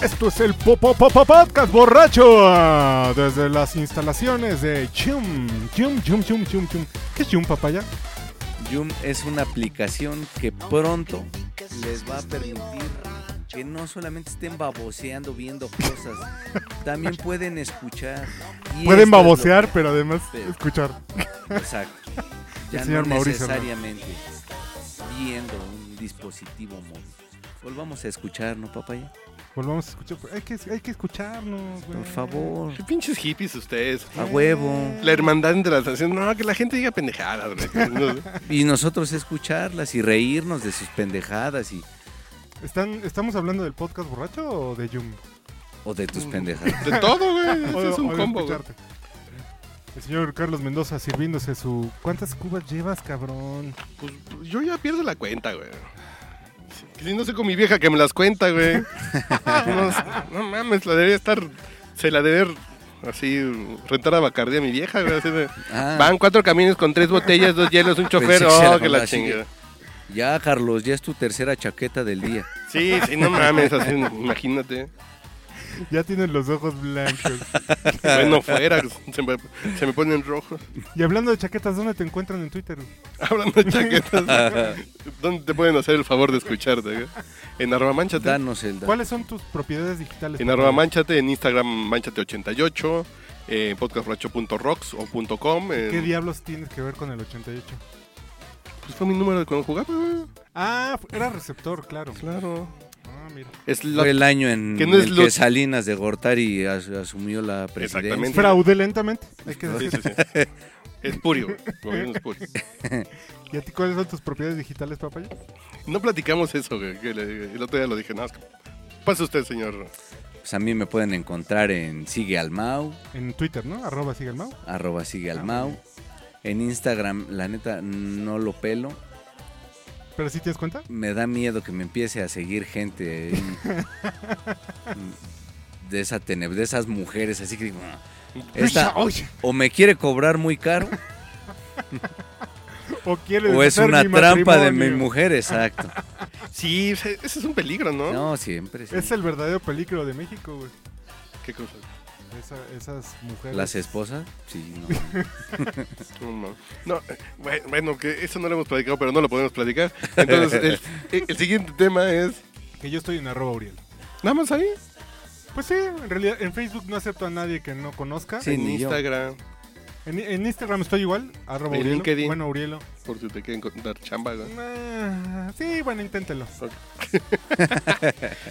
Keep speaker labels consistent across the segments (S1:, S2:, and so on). S1: Esto es el po- po- po- po- Podcast Borracho desde las instalaciones de Chum. Chum, chum, chum, chum, chum. ¿Qué es Chum, papaya?
S2: Yum es una aplicación que pronto les va a permitir que no solamente estén baboseando viendo cosas, también pueden escuchar. y esto es
S1: Pueden
S2: lo-
S1: babosear, pero además
S2: Pero-
S1: escuchar.
S2: Exacto. Ya
S1: señor
S2: no
S1: Mauricio, ¿no?
S2: necesariamente viendo un dispositivo móvil. Volvamos a escuchar, ¿no, papaya?
S1: Volvamos a escuchar. Hay que, hay que escucharnos, güey.
S2: Por favor.
S3: Qué pinches hippies ustedes.
S2: A huevo.
S3: La hermandad entre las naciones. No, que la gente diga pendejadas, güey. No,
S2: Y nosotros escucharlas y reírnos de sus pendejadas y,
S1: ¿Están, ¿Estamos hablando del podcast borracho o de Chum?
S2: o de tus pendejadas.
S3: De todo, güey.
S1: O-
S3: Ese es
S1: o
S3: un
S1: de
S3: combo, güey.
S1: escucharte. El señor Carlos Mendoza sirviéndose su... ¿Cuántas cubas llevas, cabrón?
S3: Pues, yo ya pierdo la cuenta, güey. Que Si no sé con mi vieja que me las cuenta, güey. No, no mames, la debería estar. Se la debe así rentar a Bacardí a mi vieja, güey. así de-
S2: Ah.
S3: Van cuatro caminos con tres botellas, dos hielos, un chofer.
S2: Pensé que se la
S3: oh, que la
S2: mandó así.
S3: chingada.
S2: Ya, Carlos, ya es tu tercera chaqueta del día.
S3: Sí, sí, no mames, así, imagínate.
S1: Ya tienen los ojos blancos.
S3: Bueno, fuera, se me, se me ponen rojos.
S1: y hablando de chaquetas, ¿dónde te encuentran en Twitter?
S3: Hablando de chaquetas, ¿dónde te pueden hacer el favor de escucharte? güey? En arroba manchate.
S2: Danos el dato.
S1: ¿Cuáles son tus propiedades digitales?
S3: En
S1: papá?
S3: arroba manchate, en Instagram manchate88, eh, podcastborracho.rocks o punto .com. eh,
S1: ¿Qué diablos tienes que ver con el 88?
S3: pues fue mi número de cuando jugaba, güey.
S1: Ah, fu- era receptor, claro.
S3: Claro.
S1: Ah, mira.
S3: Es la-
S2: Fue el año en
S3: que no es
S2: el
S3: lo-
S2: que Salinas de Gortari as- asumió la presidencia.
S3: Exactamente.
S1: Fraudulentamente, hay que
S3: Sí,
S1: decir.
S3: sí, sí. Es purio, güey. Gobierno es purio.
S1: ¿Y a ti cuáles son tus propiedades digitales, papaya?
S3: No platicamos eso, güey. que le- el otro día lo dije. No, es que- pase usted, señor.
S2: Pues a mí me pueden encontrar en Sigue al Mau,
S1: En Twitter, ¿no? Arroba sigue el Mau.
S2: arroba Sigue al
S1: Ah,
S2: Mau. En Instagram, la neta, no lo pelo.
S1: ¿Pero sí tienes cuenta?
S2: Me da miedo que me empiece a seguir gente ahí. de, esa teneb- de esas mujeres, así que digo, "Ah, esta
S1: Oye,
S2: o me quiere cobrar muy caro
S1: ¿O quieres
S2: o es
S1: deshacer
S2: una
S1: mi
S2: trampa de mi
S1: matrimonio?
S2: mujer, exacto.
S3: Sí, ese ese es un peligro, ¿no?
S2: No, siempre. sí.
S1: Es el verdadero peligro de México, güey.
S3: ¿Qué cosa?
S1: Esa- esas mujeres.
S2: ¿Las esposas? Sí, no.
S3: No, no. No, eh, bue- bueno, que eso no lo hemos platicado, pero no lo podemos platicar. Entonces, el, el siguiente tema es.
S1: Que yo estoy en arroba Uriel.
S3: Nada más ahí.
S1: Pues sí, en realidad en Facebook no acepto a nadie que no conozca.
S2: Sí,
S3: en
S2: ni yo.
S3: Instagram,
S1: En, en Instagram estoy igual, arroba
S3: En
S1: Urielo.
S3: LinkedIn.
S1: Bueno, Urielo.
S3: por si te quieren co- dar chamba. ¿no?
S1: Ah, sí, bueno, inténtelo.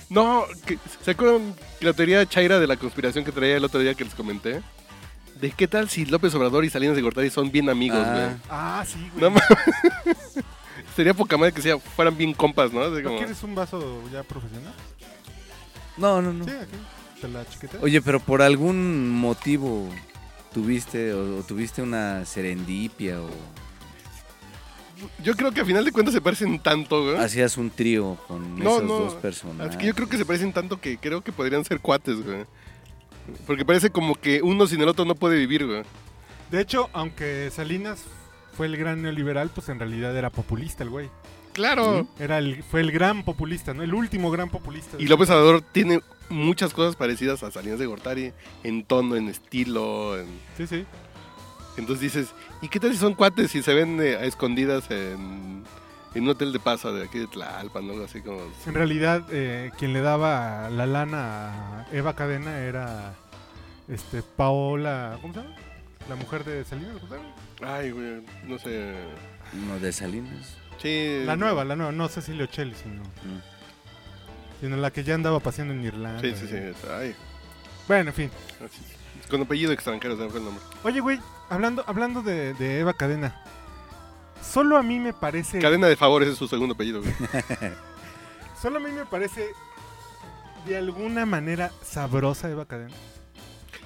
S3: No, que- ¿se acuerdan la teoría chaira de la conspiración que traía el otro día que les comenté? ¿De qué tal si López Obrador y Salinas de Gortari son bien amigos, güey?
S2: Ah.
S1: Ah, sí, güey.
S3: No mames. Sería poca madre que sea- fueran bien compas, ¿no? Así
S1: ¿No
S3: como-
S1: quieres un vaso ya profesional?
S2: No, no, no.
S1: Sí, aquí. ¿Te la chiqueta?
S2: Oye, pero por algún motivo tuviste o, o tuviste una serendipia o
S3: Yo creo que a final de cuentas se parecen tanto, güey.
S2: hacías un trío con
S3: ¿Eh? No,
S2: esas
S3: no.
S2: dos
S1: Ah,
S2: personas.
S3: Así que yo creo que se parecen tanto que creo que podrían ser cuates, güey. Porque parece como que uno sin el otro no puede vivir, güey.
S1: De hecho, aunque Salinas fue el gran neoliberal, pues en realidad era populista el güey.
S3: Claro.
S1: Era el, fue el gran populista, ¿no? El último gran populista.
S3: Y López Obrador tiene muchas cosas parecidas a Salinas de Gortari en tono, en estilo. en-
S1: Sí, sí.
S3: Entonces dices, ¿y qué tal si son cuates y se ven eh, a escondidas en, en un hotel de paso de aquí de Tlalpan, ¿no? Así como.
S1: En realidad, eh, quien le daba la lana a Eva Cadena era este Paola, ¿cómo se llama? La mujer de Salinas, ¿cómo se llama?
S3: Ay, güey, no sé.
S2: Uno de Salinas.
S3: Sí.
S1: La nueva, la nueva, no Cecilia Ocelli, sino,
S2: Mm.
S1: sino la que ya andaba paseando en Irlanda.
S3: Sí, sí, sí.
S1: güey.
S3: Ay,
S1: Bueno, en fin.
S3: así. Con apellido extranjero, se me fue el nombre.
S1: Oye, güey, hablando, hablando de, de Eva Cadena, solo a mí me parece,
S3: Cadena de favores es su segundo apellido, güey.
S1: solo a mí me parece de alguna manera sabrosa Eva Cadena.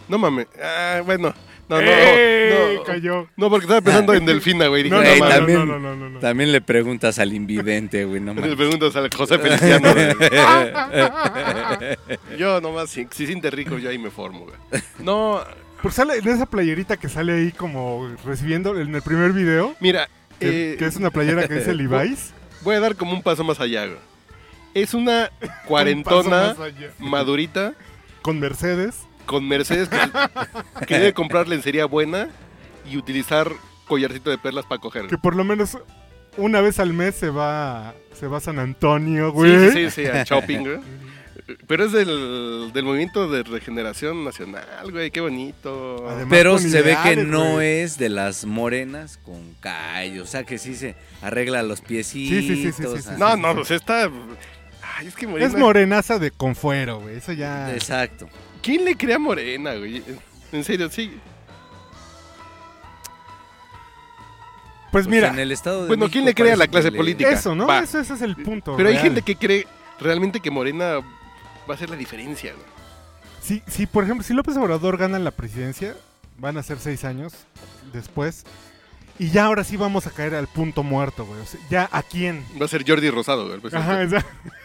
S3: No mames. Ah, bueno, No, no,
S1: ¡Ey!
S3: no.
S1: Cayó.
S3: No, porque estaba pensando en Delfina, güey. Dije,
S1: No,
S3: no,
S1: no,
S2: Ey,
S1: no,
S3: mames.
S2: también-
S1: no, no, no, no, no.
S2: También le preguntas al invidente, güey, no
S3: Le
S2: mames.
S3: preguntas al José Feliciano. güey. yo nomás, si, si siente rico, yo ahí me formo, güey. No,
S1: Pues sale en esa playerita que sale ahí como recibiendo en el primer video,
S3: mira,
S1: que,
S3: eh,
S1: que es una playera que dice Levi's.
S3: voy a dar como un paso más allá, güey. Es una
S1: Un paso
S3: cuarentona
S1: más allá.
S3: madurita
S1: Con Mercedes.
S3: con Mercedes que, que debe comprar lencería buena y utilizar collarcito de perlas para coger.
S1: Que por lo menos una vez al mes se va, se va a San Antonio,
S3: Sí,
S1: güey.
S3: sí, sí, a shopping, güey. Pero es del, del movimiento de regeneración nacional, güey, qué bonito.
S1: Además,
S2: Pero
S1: con
S2: se ve que
S1: ideales,
S2: no
S1: güey.
S2: es de las morenas con callo, o sea que sí se arregla los piecitos. ah,
S1: sí, sí, sí, sí,
S3: no, no, pues esta... Ay, es que Morena...
S1: Es morenaza de confuero, güey. Eso ya.
S2: Exacto.
S3: ¿Quién le crea Morena, güey? En serio, sí.
S1: Pues mira,
S2: en el estado de
S3: Bueno,
S2: México
S3: ¿quién le crea a la
S2: parece
S3: clase
S2: que
S3: política?
S1: eso, ¿no?
S3: Va.
S1: Eso, ese es el punto.
S3: Pero hay
S1: real.
S3: gente que cree realmente que Morena va a ser la diferencia, güey.
S1: Si, si, por ejemplo, si López Obrador gana la presidencia, van a ser seis años después. Y ya ahora sí vamos a caer al punto muerto, güey. O sea, ya a quién.
S3: Va a ser Jordi Rosado, güey. el presidente. Eh,
S1: Ajá, esa-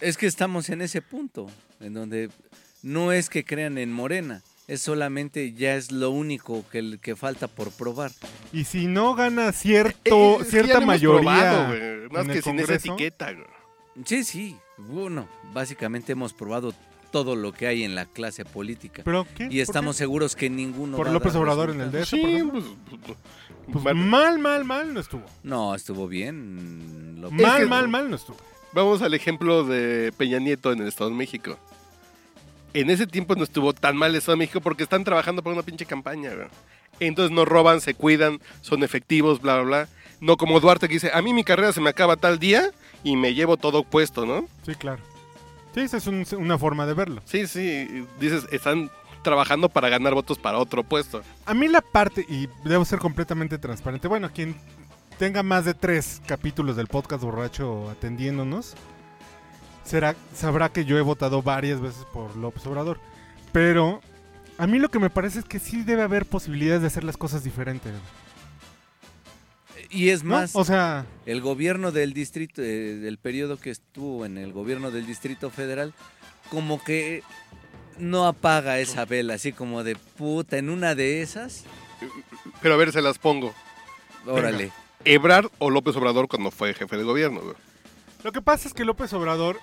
S2: Es que estamos en ese punto, en donde no es que crean en Morena, es solamente ya es lo único que, que falta por probar.
S1: Y si no gana
S3: Eh,
S1: cierto,
S3: es que ya
S1: cierta
S3: lo hemos
S1: mayoría.
S3: probado, güey. Más
S1: en
S3: que
S1: el
S3: sin esa
S1: Congreso.
S3: etiqueta, güey.
S2: Sí, sí, bueno, básicamente hemos probado todo lo que hay en la clase política.
S1: ¿Pero qué?
S2: Y estamos
S1: ¿Por,
S2: seguros que ninguno...
S1: qué? ¿Por
S2: va a
S1: López
S2: dar
S1: Obrador en el
S2: resultados.
S1: DF. por
S3: Sí,
S1: ejemplo?
S3: pues...
S1: Pues
S3: Mar-
S1: mal, mal, mal no estuvo.
S2: No, estuvo bien. López
S1: Mal,
S2: Obrador.
S1: mal, mal no estuvo.
S3: Vamos al ejemplo de Peña Nieto en el Estado de México. En ese tiempo no estuvo tan mal el Estado de México porque están trabajando por una pinche campaña, güey. Entonces no roban, se cuidan, son efectivos, bla, bla, bla. No como Duarte que dice, a mí mi carrera se me acaba tal día y me llevo todo puesto, ¿no?
S1: Sí, claro. Sí, esa es un- una forma de verlo.
S3: Sí, sí, dices, están trabajando para ganar votos para otro puesto.
S1: A mí la parte, y debo ser completamente transparente, bueno, quien tenga más de tres capítulos del podcast borracho atendiéndonos, será, sabrá que yo he votado varias veces por López Obrador. Pero a mí lo que me parece es que sí debe haber posibilidades de hacer las cosas diferentes.
S2: Y es
S1: ¿no?
S2: más,
S1: O sea,
S2: el gobierno del distrito, eh, del periodo que estuvo en el gobierno del distrito federal, como que no apaga esa vela, así como de puta, en una de esas,
S3: Pero a ver, se las pongo.
S2: órale.
S3: Ebrard o López Obrador cuando fue jefe de gobierno, güey.
S1: Lo que pasa es que López Obrador,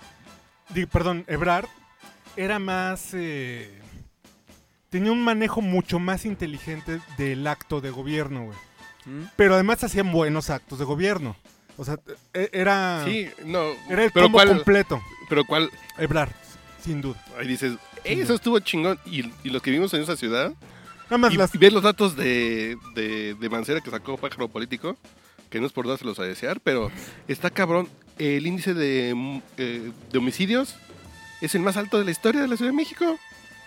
S1: di- perdón, Ebrard, era más... eh, tenía un manejo mucho más inteligente del acto de gobierno, güey.
S2: ¿Mm?
S1: Pero además hacían buenos actos de gobierno. O sea, e- era,
S3: Sí, no.
S1: era el
S3: pero
S1: combo
S3: cuál,
S1: completo.
S3: pero cuál,
S1: Ebrard, sin duda.
S3: ahí dices, eso estuvo chingón. Y, y los que vivimos en esa ciudad,
S1: Nada más
S3: Y,
S1: las...
S3: y ves los datos de, de, de Mancera que sacó Pájaro Político, que no es por dárselos a desear, pero está cabrón. El índice de, mm, eh, de homicidios es el más alto de la historia de la Ciudad de México.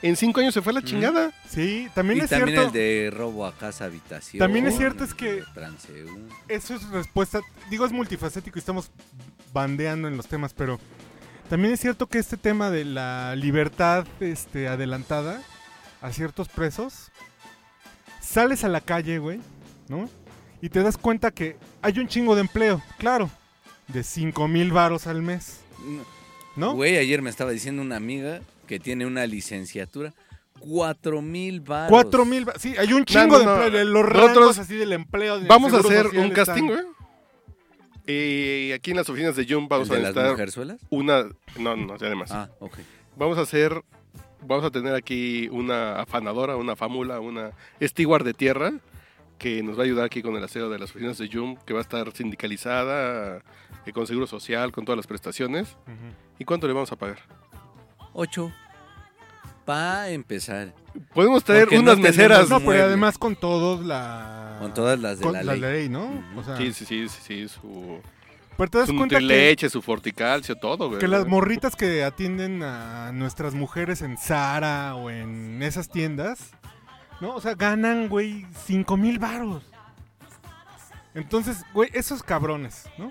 S3: En cinco años se fue a la chingada.
S1: Sí, también
S2: Y
S1: es
S2: también
S1: cierto.
S2: el de robo a casa, habitación.
S1: También es cierto, es que-
S2: transeúnte.
S1: Eso es respuesta... Digo, es multifacético y estamos bandeando en los temas, pero... También es cierto que este tema de la libertad este, adelantada a ciertos presos, sales a la calle, güey, ¿no? Y te das cuenta que hay un chingo de empleo, claro, de 5 mil varos al mes, ¿no?
S2: Güey, ayer me estaba diciendo una amiga que tiene una licenciatura, cuatro mil baros.
S1: Cuatro mil. va- Sí, hay un chingo
S3: no, no.
S1: de empleo. de Los
S3: Nosotros
S1: rangos así del empleo. del
S3: Vamos a
S1: Seguro
S3: hacer
S1: Social
S3: un casting,
S1: están-
S3: güey. Eh, aquí en las oficinas de Jump
S2: ¿El
S3: vamos a
S2: de las
S3: necesitar
S2: mujerzuelas?
S3: una... No, no, ya además.
S2: Ah, ok.
S3: Vamos a hacer... Vamos a tener aquí una afanadora, una fámula, una steward de tierra que nos va a ayudar aquí con el aseo de las oficinas de Yum, que va a estar sindicalizada, eh, con seguro social, con todas las prestaciones.
S1: Ujú.
S3: ¿Y cuánto le vamos a pagar?
S2: Ocho. Pa' empezar.
S3: Podemos traer
S2: Porque no
S3: unas
S2: tenemos-
S3: meseras.
S1: No, pero
S2: muebles.
S1: además con todos la.
S2: Con todas las de
S1: con
S2: la ley.
S1: ¿no?
S2: Ujú.
S1: O sea,
S3: Sí, sí, sí, sí, sí, su,
S1: pero te das
S3: su
S1: cuenta que,
S3: leche, su forticalcio, todo, güey.
S1: que las morritas que atienden a nuestras mujeres en Zara o en esas tiendas, ¿no? O sea, ganan, güey, cinco mil varos. Entonces, güey, esos cabrones, ¿no?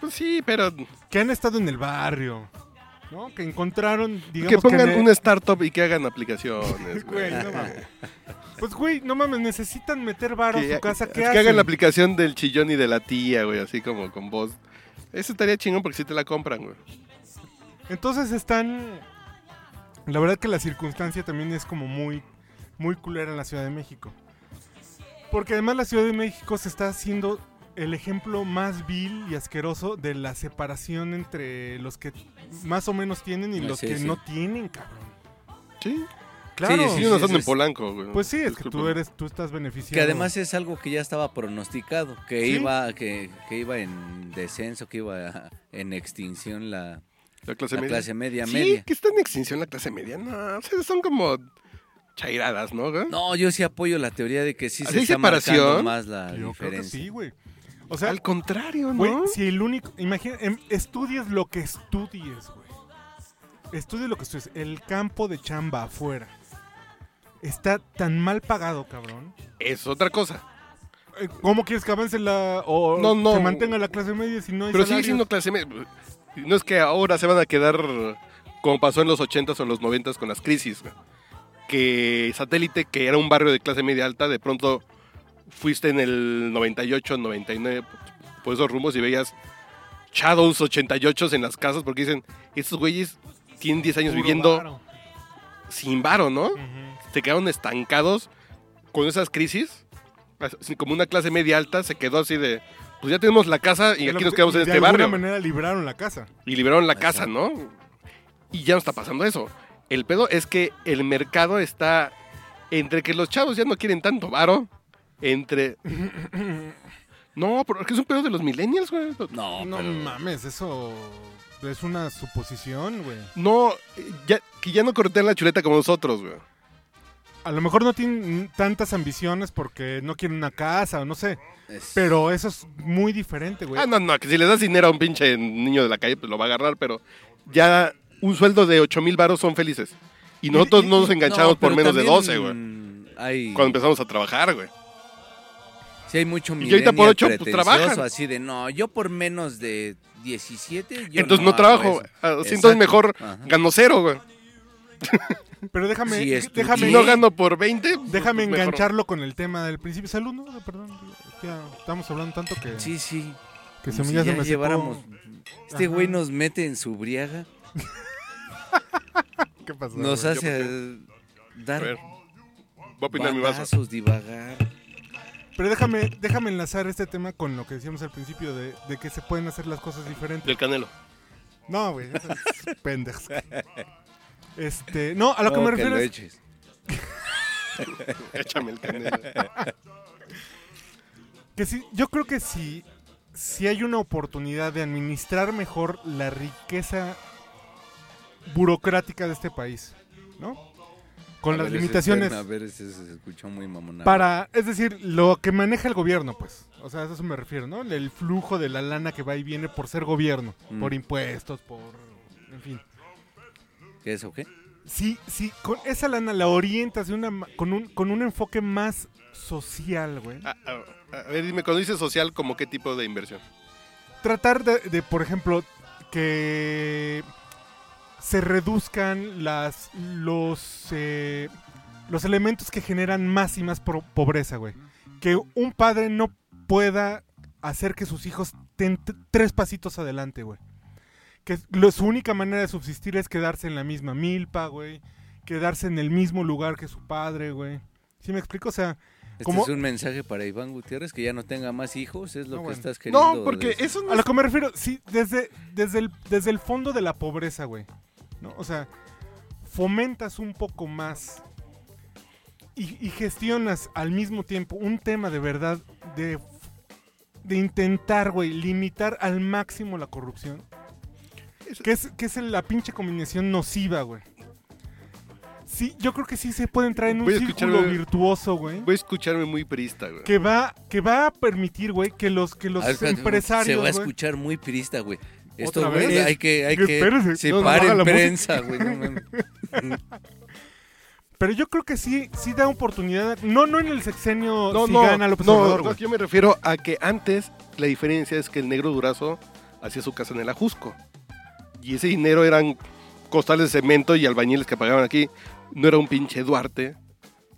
S3: Pues sí, pero
S1: Que han estado en el barrio, ¿no? Que encontraron, digamos
S3: que pongan
S1: en el-
S3: un startup y que hagan aplicaciones, Pues, güey.
S1: Güey, no mames. Pues, güey, no mames, necesitan meter varo a su casa. ¿Qué
S3: que
S1: hacen?
S3: hagan la aplicación del chillón y de la tía, güey, así como con voz. Eso estaría chingón porque si te la compran, güey.
S1: Entonces están. La verdad que la circunstancia también es como muy, muy culera en la Ciudad de México. Porque además la Ciudad de México se está haciendo el ejemplo más vil y asqueroso de la separación entre los que más o menos tienen y
S2: Ah,
S1: los
S2: sí,
S1: que
S2: sí.
S1: no tienen, cabrón.
S3: Sí,
S1: Claro.
S3: sí, unos
S2: Sí, sí,
S3: andan
S2: sí,
S3: en
S2: sí.
S3: Polanco, güey.
S1: Pues sí, es que tú
S3: Disculpa.
S1: eres, tú estás beneficiado.
S2: Que además es algo que ya estaba pronosticado, que
S1: Sí.
S2: iba que, que iba en descenso, que iba en extinción la,
S3: La clase
S2: la
S3: media.
S2: clase media
S3: sí,
S2: media.
S3: que está en extinción la clase media. No, o sea, son como chairadas, ¿no, güey?
S2: No, yo sí apoyo la teoría de que sí
S3: ¿Así
S2: se
S3: hay
S2: está marcando
S3: separación?
S2: más la
S1: Yo creo que
S2: diferencia.
S1: sí, güey. O sea,
S3: Al contrario, ¿no?
S1: Güey, si el único. Imagina, em, estudies lo que estudies, güey. Estudies lo que estudies. El campo de chamba afuera está tan mal pagado, cabrón.
S3: Es otra cosa.
S1: Eh, ¿Cómo quieres que avance la. o
S3: No, no.
S1: se mantenga la clase media si no hay
S3: Pero sigue
S1: salarios?
S3: siendo clase media. No es que ahora se van a quedar como pasó en los 80s o los 90s con las crisis. güey. Que Satélite, que era un barrio de clase media alta, de pronto fuiste en el 98, 99, por esos rumbos y veías Shadows 88 en las casas porque dicen, estos güeyes tienen 10 años
S1: Puro
S3: viviendo
S1: varo.
S3: sin varo, ¿no?
S1: Ujú.
S3: se quedaron estancados con esas crisis. Así como una clase media alta se quedó así de, pues ya tenemos la casa y
S1: Es
S3: aquí
S1: lo que-
S3: nos quedamos en
S1: de
S3: este
S1: alguna
S3: barrio.
S1: manera libraron la casa.
S3: Y liberaron la
S2: Exacto.
S3: casa, ¿no? Y ya no está pasando eso. El pedo es que el mercado está entre que los chavos ya no quieren tanto varo, entre... No, pero es que es un pedo de los millennials, güey.
S2: No,
S1: No
S2: pero-
S1: mames, eso es una suposición, güey.
S3: No, ya, que ya no cortean la chuleta como nosotros, güey.
S1: A lo mejor no tienen tantas ambiciones porque no quieren una casa o no sé.
S2: es-
S1: Pero eso es muy diferente, güey.
S3: Ah, no, no, que si le das dinero a un pinche niño de la calle, pues lo va a agarrar, pero ya un sueldo de 8 mil baros son felices. Y nosotros
S1: Y- y-
S3: no nos enganchamos
S2: No,
S3: por
S2: pero
S3: menos de
S2: también,
S3: 12, güey.
S2: Hay,
S3: Cuando empezamos a trabajar, güey.
S2: sí hay mucho
S3: y ahorita
S2: millennial
S3: por ocho, pues,
S2: pretencioso,
S3: trabajan.
S2: así de, no, yo por menos de 17, yo
S3: Entonces no,
S2: hago
S3: trabajo.
S2: eso".
S3: Ah, sí,
S2: Exacto.
S3: entonces mejor
S2: Ajá.
S3: gano cero, güey.
S1: Pero déjame,
S2: Sí, es tu
S1: déjame,
S3: Si
S2: Sí.
S3: no gano por 20, pues,
S1: déjame
S3: mejor.
S1: engancharlo con el tema del principio. Salud, no, perdón. ya estamos hablando tanto que,
S2: Sí, sí.
S1: que
S2: como
S1: se me,
S2: si
S1: ya se
S2: ya
S1: me secó.
S2: lleváramos. Este
S1: Ajá.
S2: güey nos mete en su briaga,
S1: ¿Qué pasó?
S2: nos
S1: güey?
S2: hace eh,
S3: A
S2: dar
S3: ver, voy a opinar mi vaso.
S2: batazos, divagar.
S1: Pero déjame, déjame enlazar este tema con lo que decíamos al principio de, de que se pueden hacer las cosas diferentes.
S3: Del canelo.
S1: No, güey, eso es pendejo. Este, no, a lo que
S2: No,
S1: me
S2: lo
S1: refiero es
S2: eches.
S3: Échame el canelo.
S1: que sí, yo creo que si, si hay una oportunidad de administrar mejor la riqueza burocrática de este país, ¿no? Con
S2: A
S1: las
S2: ver, ese
S1: limitaciones.
S2: tema, a ver, ese se escuchó muy mamonado.
S1: Para, es decir, lo que maneja el gobierno, pues. O sea, a eso me refiero, ¿no? El flujo de la lana que va y viene por ser gobierno,
S2: Mm.
S1: por impuestos, por. En fin.
S2: ¿Qué es o qué? Este
S1: Si, si con esa lana la orientas de una, ma- con, un, con un enfoque más social, güey.
S3: A, Ah, a- a ver, dime, cuando dices social, ¿como qué tipo de inversión?
S1: Tratar de, de, por ejemplo, que se reduzcan las los eh, los elementos que generan más y más pro- pobreza, güey. Que un padre no pueda hacer que sus hijos estén t- tres pasitos adelante, güey. Que lo- su única manera de subsistir es quedarse en la misma milpa, güey. Quedarse en el mismo lugar que su padre, güey. ¿Sí me explico? O sea,
S2: Este
S1: ¿Cómo?
S2: es un mensaje para Iván Gutiérrez que ya no tenga más hijos, es lo
S1: No,
S2: que
S1: bueno.
S2: estás queriendo.
S3: No, porque eso no
S1: A lo que me refiero, sí, desde, desde, el, desde el fondo de la pobreza, güey. ¿no? O sea, fomentas un poco más y, y gestionas al mismo tiempo un tema de verdad de, de intentar, güey, limitar al máximo la corrupción.
S3: Eso-
S1: Que es, que es la pinche combinación nociva, güey. Sí, yo creo que sí se puede entrar en un
S3: Voy a escuchar,
S1: círculo
S3: güey.
S1: virtuoso, güey.
S3: Voy a escucharme muy priista, güey.
S1: Que va, que va a permitir, güey, que los, que los
S2: A ver, espérate,
S1: empresarios.
S2: Se va a
S1: güey,
S2: escuchar muy pirista, güey. Esto,
S1: ¿Otra
S2: güey,
S1: vez?
S2: hay que, hay
S1: Que
S2: que
S1: espérese, no, no,
S2: separar
S1: baja la
S2: en
S1: música.
S2: prensa, güey. no mames.
S1: Pero yo creo que sí, sí da oportunidad. No, no en el sexenio
S3: No,
S1: si
S3: no,
S1: gana López
S3: no,
S1: Obrador,
S3: no,
S1: güey.
S3: yo me refiero a que antes la diferencia es que el negro durazo hacía su casa en el Ajusco. Y ese dinero eran costales de cemento y albañiles que pagaban aquí. No era un pinche Duarte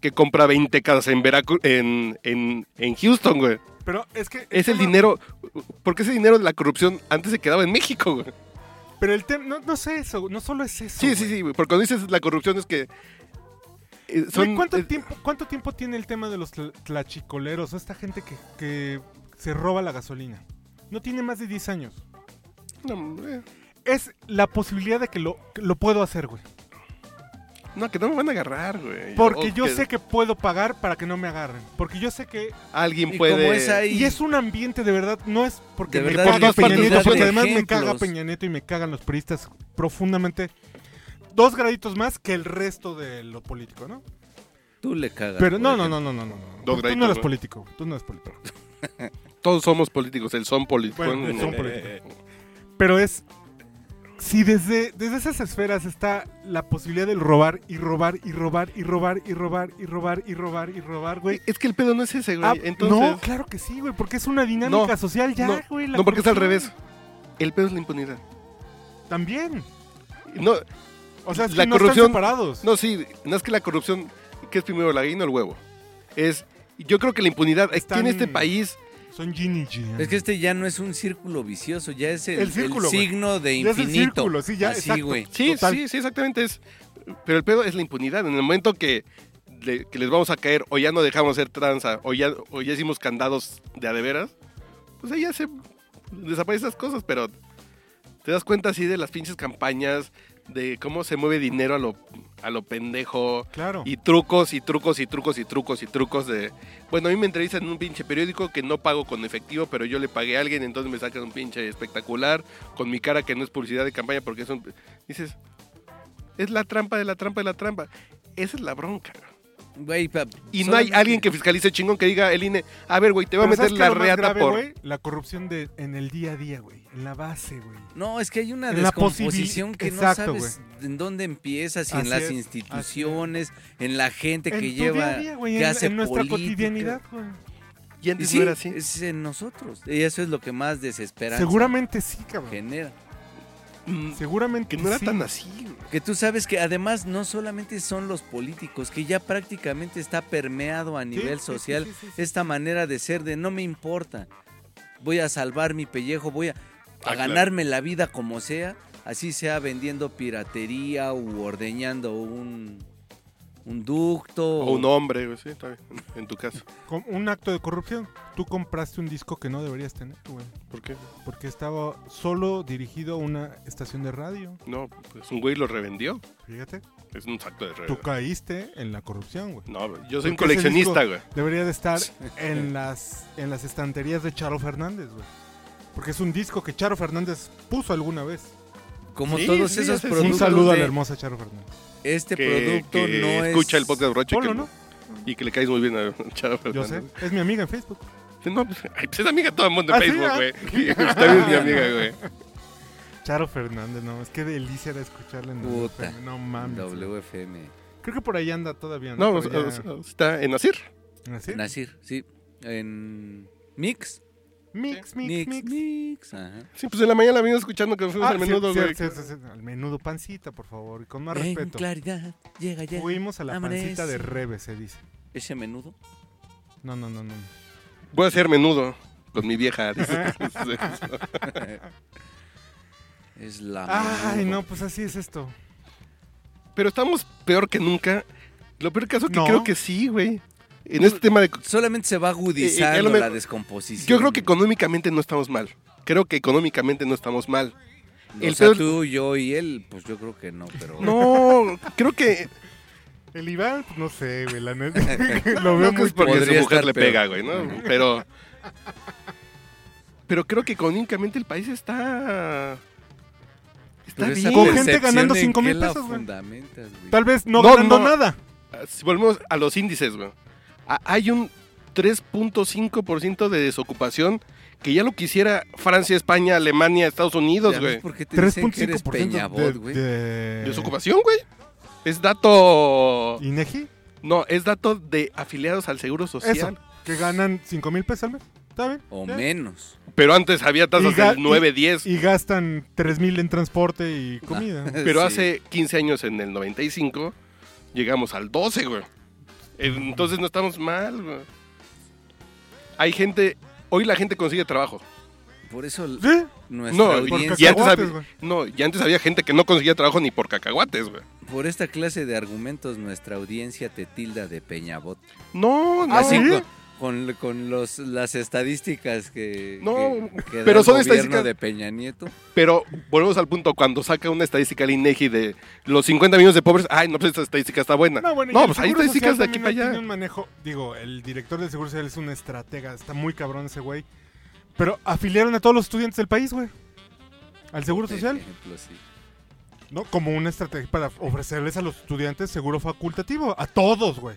S3: que compra 20 casas en, Veracru- en, en, en Houston, güey.
S1: Pero es que...
S3: Es el
S1: tema-
S3: dinero. Porque ese dinero de la corrupción antes se quedaba en México, güey.
S1: Pero el tema... No, no sé eso, no solo es eso.
S3: Sí, sí,
S1: güey.
S3: sí, güey. Porque cuando dices la corrupción es que. eh,
S1: Güey,
S3: son-
S1: ¿cuánto,
S3: eh,
S1: tiempo, ¿Cuánto tiempo tiene el tema de los tla- tlachicoleros? O esta gente que, que se roba la gasolina. No tiene más de 10 años.
S3: No, eh,
S1: Es la posibilidad de que lo, que lo puedo hacer, güey.
S3: no, que no me van a agarrar, güey.
S1: Porque
S3: O
S1: yo
S3: que
S1: sé que puedo pagar para que no me agarren. Porque yo sé que...
S3: Alguien
S2: Y
S3: puede.
S2: como es ahí-
S1: Y es un ambiente de verdad, no es porque
S2: De
S1: me
S2: verdad,
S1: caga
S3: por
S1: Peña
S3: todas
S1: Nieto,
S3: partes,
S1: porque
S3: de
S1: pues, además me
S2: ejemplos.
S1: caga Peña Nieto y me cagan los periodistas profundamente. Dos graditos más que el resto de lo político, ¿no?
S2: Tú le cagas.
S1: Pero
S2: por
S1: no, no,
S2: ejemplo.
S1: no, no, no, no. no.
S3: Dos
S1: tú
S3: graditos,
S1: no eres
S3: ¿no?
S1: político, tú no eres político.
S3: Todos somos políticos, el son político.
S1: Bueno, el
S3: no,
S1: son
S3: eh,
S1: político.
S3: eh,
S1: Pero es. Si desde, desde esas esferas está la posibilidad del robar y robar y robar y robar y robar y robar y robar y robar, güey.
S3: Güey, es que el pedo no es ese, güey.
S1: Ah,
S3: Entonces.
S1: No, claro que sí, güey, porque es una dinámica
S3: No,
S1: social ya,
S3: no,
S1: güey. la
S3: no, porque es al
S1: corrupción.
S3: revés. El pedo es la impunidad.
S1: También.
S3: No,
S1: O sea, es
S3: La
S1: que no están
S3: corrupción-
S1: separados.
S3: no, sí, no es que la corrupción, que es primero la gallina o el huevo. Es. Yo creo que la impunidad aquí
S1: Están-
S3: en este país.
S1: Son Gin y Gin.
S2: Es que este ya no es un círculo vicioso, ya es el,
S1: El círculo,
S2: el
S1: güey.
S2: signo de
S1: Ya es
S2: infinito.
S1: el círculo, sí, ya,
S2: Así,
S1: exacto.
S2: güey.
S3: Sí,
S1: Total.
S3: sí, sí, exactamente es. Pero el pedo es la impunidad. En el momento que, le- que les vamos a caer, o ya no dejamos ser tranza, o ya, o ya hicimos candados de a de veras, pues ahí ya se desaparecen esas cosas, pero te das cuenta así de las pinches campañas, de cómo se mueve dinero a lo, a lo pendejo.
S1: Claro.
S3: Y trucos y trucos y trucos y trucos y trucos de... Bueno, a mí me entrevistan en un pinche periódico que no pago con efectivo, pero yo le pagué a alguien, entonces me sacan un pinche espectacular con mi cara que no es publicidad de campaña porque es un... Dices, es la trampa de la trampa de la trampa. Esa es la bronca.
S2: Güey, pa-
S3: Y no hay
S2: solamente-
S3: alguien que fiscalice chingón que diga el INE, a ver, güey, te voy a
S1: Pero
S3: meter
S1: ¿sabes qué
S3: la
S1: es lo más
S3: reata
S1: grave,
S3: por...
S1: güey? La corrupción de, en el día a día, güey. En la base, güey.
S2: No, es que hay una
S1: La
S2: descomposición
S1: posibil-
S2: que
S1: Exacto,
S2: no sabes en dónde empieza, si
S1: Así
S2: en las
S1: es, así es.
S2: instituciones, en la gente
S1: en
S2: que
S1: tu
S2: lleva,
S1: día a día, güey.
S2: que
S1: En,
S2: hace
S1: en nuestra
S2: política.
S1: cotidianidad, güey.
S3: Y
S2: Y
S3: antes
S2: sí,
S3: no era así.
S2: es en nosotros. Y eso es lo que más desesperanza
S1: Seguramente sí, cabrón.
S2: genera.
S3: Mm,
S1: Seguramente
S3: Que no era
S1: sí.
S3: tan así. güey.
S2: Que tú sabes que además no solamente son los políticos, que ya prácticamente está permeado a
S1: Sí,
S2: nivel
S1: sí, sí,
S2: social
S1: sí, sí, sí.
S2: esta manera de ser de no me importa, voy a salvar mi pellejo, voy a, a
S3: Ah, claro.
S2: ganarme la vida como sea, así sea vendiendo piratería u ordeñando un, un ducto.
S3: O un hombre, güey, sí, está bien, en tu caso.
S1: Con un acto de corrupción. Tú compraste un disco que no deberías tener, güey.
S3: ¿Por qué?
S1: Porque estaba solo dirigido a una estación de radio.
S3: No, pues un güey lo revendió.
S1: Fíjate.
S3: Es un acto de
S1: Tú
S3: revendió.
S1: caíste en la corrupción, güey.
S3: No, yo soy un
S1: Porque ese
S3: coleccionista,
S1: disco
S3: güey.
S1: Debería de estar en las, en las estanterías de Charo Fernández, güey. Porque es un disco que Charo Fernández puso alguna vez.
S2: Como
S3: Sí,
S2: todos
S3: sí, ese
S2: esos
S3: es un
S2: productos.
S1: un saludo a
S2: de
S1: la hermosa Charo Fernández.
S2: Este
S3: Que,
S2: producto
S3: que
S2: no
S3: escucha
S2: es.
S3: el podcast borracho y
S1: Polo,
S3: que,
S1: ¿no?
S3: y que le caes muy bien a Charo
S1: Yo
S3: Fernández.
S1: sé. Es mi amiga en Facebook.
S3: No, pues, ay, pues es amiga de todo el mundo en
S1: ¿Ah, sí?
S3: Facebook,
S1: Ah.
S3: güey. También es mi amiga, güey.
S1: Charo Fernández, no. Es que delicia era escucharla en
S2: Puta.
S1: WFM, No mames. güey.
S2: WFM.
S1: Creo que por ¿Ah, ahí anda todavía.
S3: No,
S1: Pero
S3: o-
S1: ya-
S3: o- o- está en Asir.
S1: ¿Así?
S2: Nasir, sí. En. Mix.
S1: Mix, mix,
S2: Mix.
S1: mix.
S2: Mix. Ajá.
S3: Sí, pues en la mañana la venimos escuchando que fuimos
S1: Ah,
S3: al menudo,
S1: sí,
S3: güey.
S1: sí, sí, sí, sí. Al menudo pancita, por favor. Y con más
S2: en
S1: respeto.
S2: claridad. Llega, llega.
S1: Fuimos a la pancita
S2: amanece.
S1: de Rebe, se dice.
S2: Ese menudo.
S1: No, no, no, no.
S3: Voy a hacer menudo con mi vieja. dice.
S2: Es la.
S1: Ay,
S2: menudo.
S1: no, pues así es esto.
S3: Pero estamos peor que nunca. Lo peor caso que
S1: No.
S3: creo que sí, güey. En este tema de...
S2: Solamente se va
S3: Eh, eh, a
S2: agudizando
S3: lo me-
S2: la descomposición.
S3: Yo creo que económicamente no estamos mal. Creo que económicamente no estamos mal.
S2: O
S3: el
S2: sea,
S3: peor-
S2: tú, yo y él, pues yo creo que no, pero.
S3: No, creo que
S1: El Iván, no sé, güey, la neta. Lo veo
S3: No, pues, que es porque
S1: muy
S3: su
S2: Podría
S3: mujer
S2: estar
S3: le
S2: peor.
S3: pega, güey, ¿no? Pero. Pero creo que económicamente el país está. Está
S2: Pero esa
S3: bien.
S1: Con gente
S2: percepción
S1: ganando
S2: en
S1: cinco
S2: qué
S1: mil
S2: la
S1: pesos, güey.
S2: fundamentas, güey.
S1: Tal vez no,
S3: No,
S1: ganando
S3: no.
S1: nada.
S3: Si volvemos a los índices, güey. A- Hay un 3.5% de desocupación que ya lo quisiera Francia, España, Alemania, Estados Unidos,
S2: Ya ves
S3: güey.
S2: ¿Por qué te dicen que eres
S1: 3.5% de,
S2: peñabot, güey?
S1: de...
S3: ¿Desocupación, güey? Es dato.
S1: ¿Inegi?
S3: No, es dato de afiliados al Seguro Social.
S1: Que ganan 5 mil pesos al mes. ¿Está bien?
S2: O
S1: ¿Ya?
S2: menos.
S3: Pero antes había tasas
S1: Y ga-
S3: del 9, 10.
S1: Y gastan 3 mil en transporte y comida.
S3: Pero
S2: Sí.
S3: hace 15 años, en el 95, llegamos al 12, güey. Entonces no estamos mal, güey. Hay gente, hoy la gente consigue trabajo.
S2: Por eso l-
S1: ¿Sí?
S2: nuestra
S3: No y,
S1: por
S2: audiencia,
S3: y antes
S1: cacahuates,
S3: había,
S1: güey.
S3: no, y antes había gente que no conseguía trabajo ni por cacahuates, güey.
S2: por esta clase de argumentos, nuestra audiencia te tilda de peñabot.
S3: No, no.
S2: Así
S1: ¿sí?
S2: co- con, con los, las estadísticas que,
S3: No,
S2: que- que da
S3: pero
S2: el
S3: son
S2: gobierno
S3: estadísticas-
S2: de Peña Nieto.
S3: Pero volvemos al punto, cuando saca una estadística el INEGI de los 50 millones de pobres, ay, no, pues esta estadística está buena. No,
S1: bueno, y el
S3: pues hay
S1: Seguro
S3: estadísticas de
S1: Social
S3: aquí para
S1: también tiene
S3: allá.
S1: un manejo, digo, el director del Seguro Social es un estratega, está muy cabrón ese güey. Pero afiliaron a todos los estudiantes del país, güey. Al Seguro
S2: por
S1: Social,
S2: ejemplo, sí.
S1: ¿no? Como una estrategia para ofrecerles a los estudiantes seguro facultativo, a todos, güey.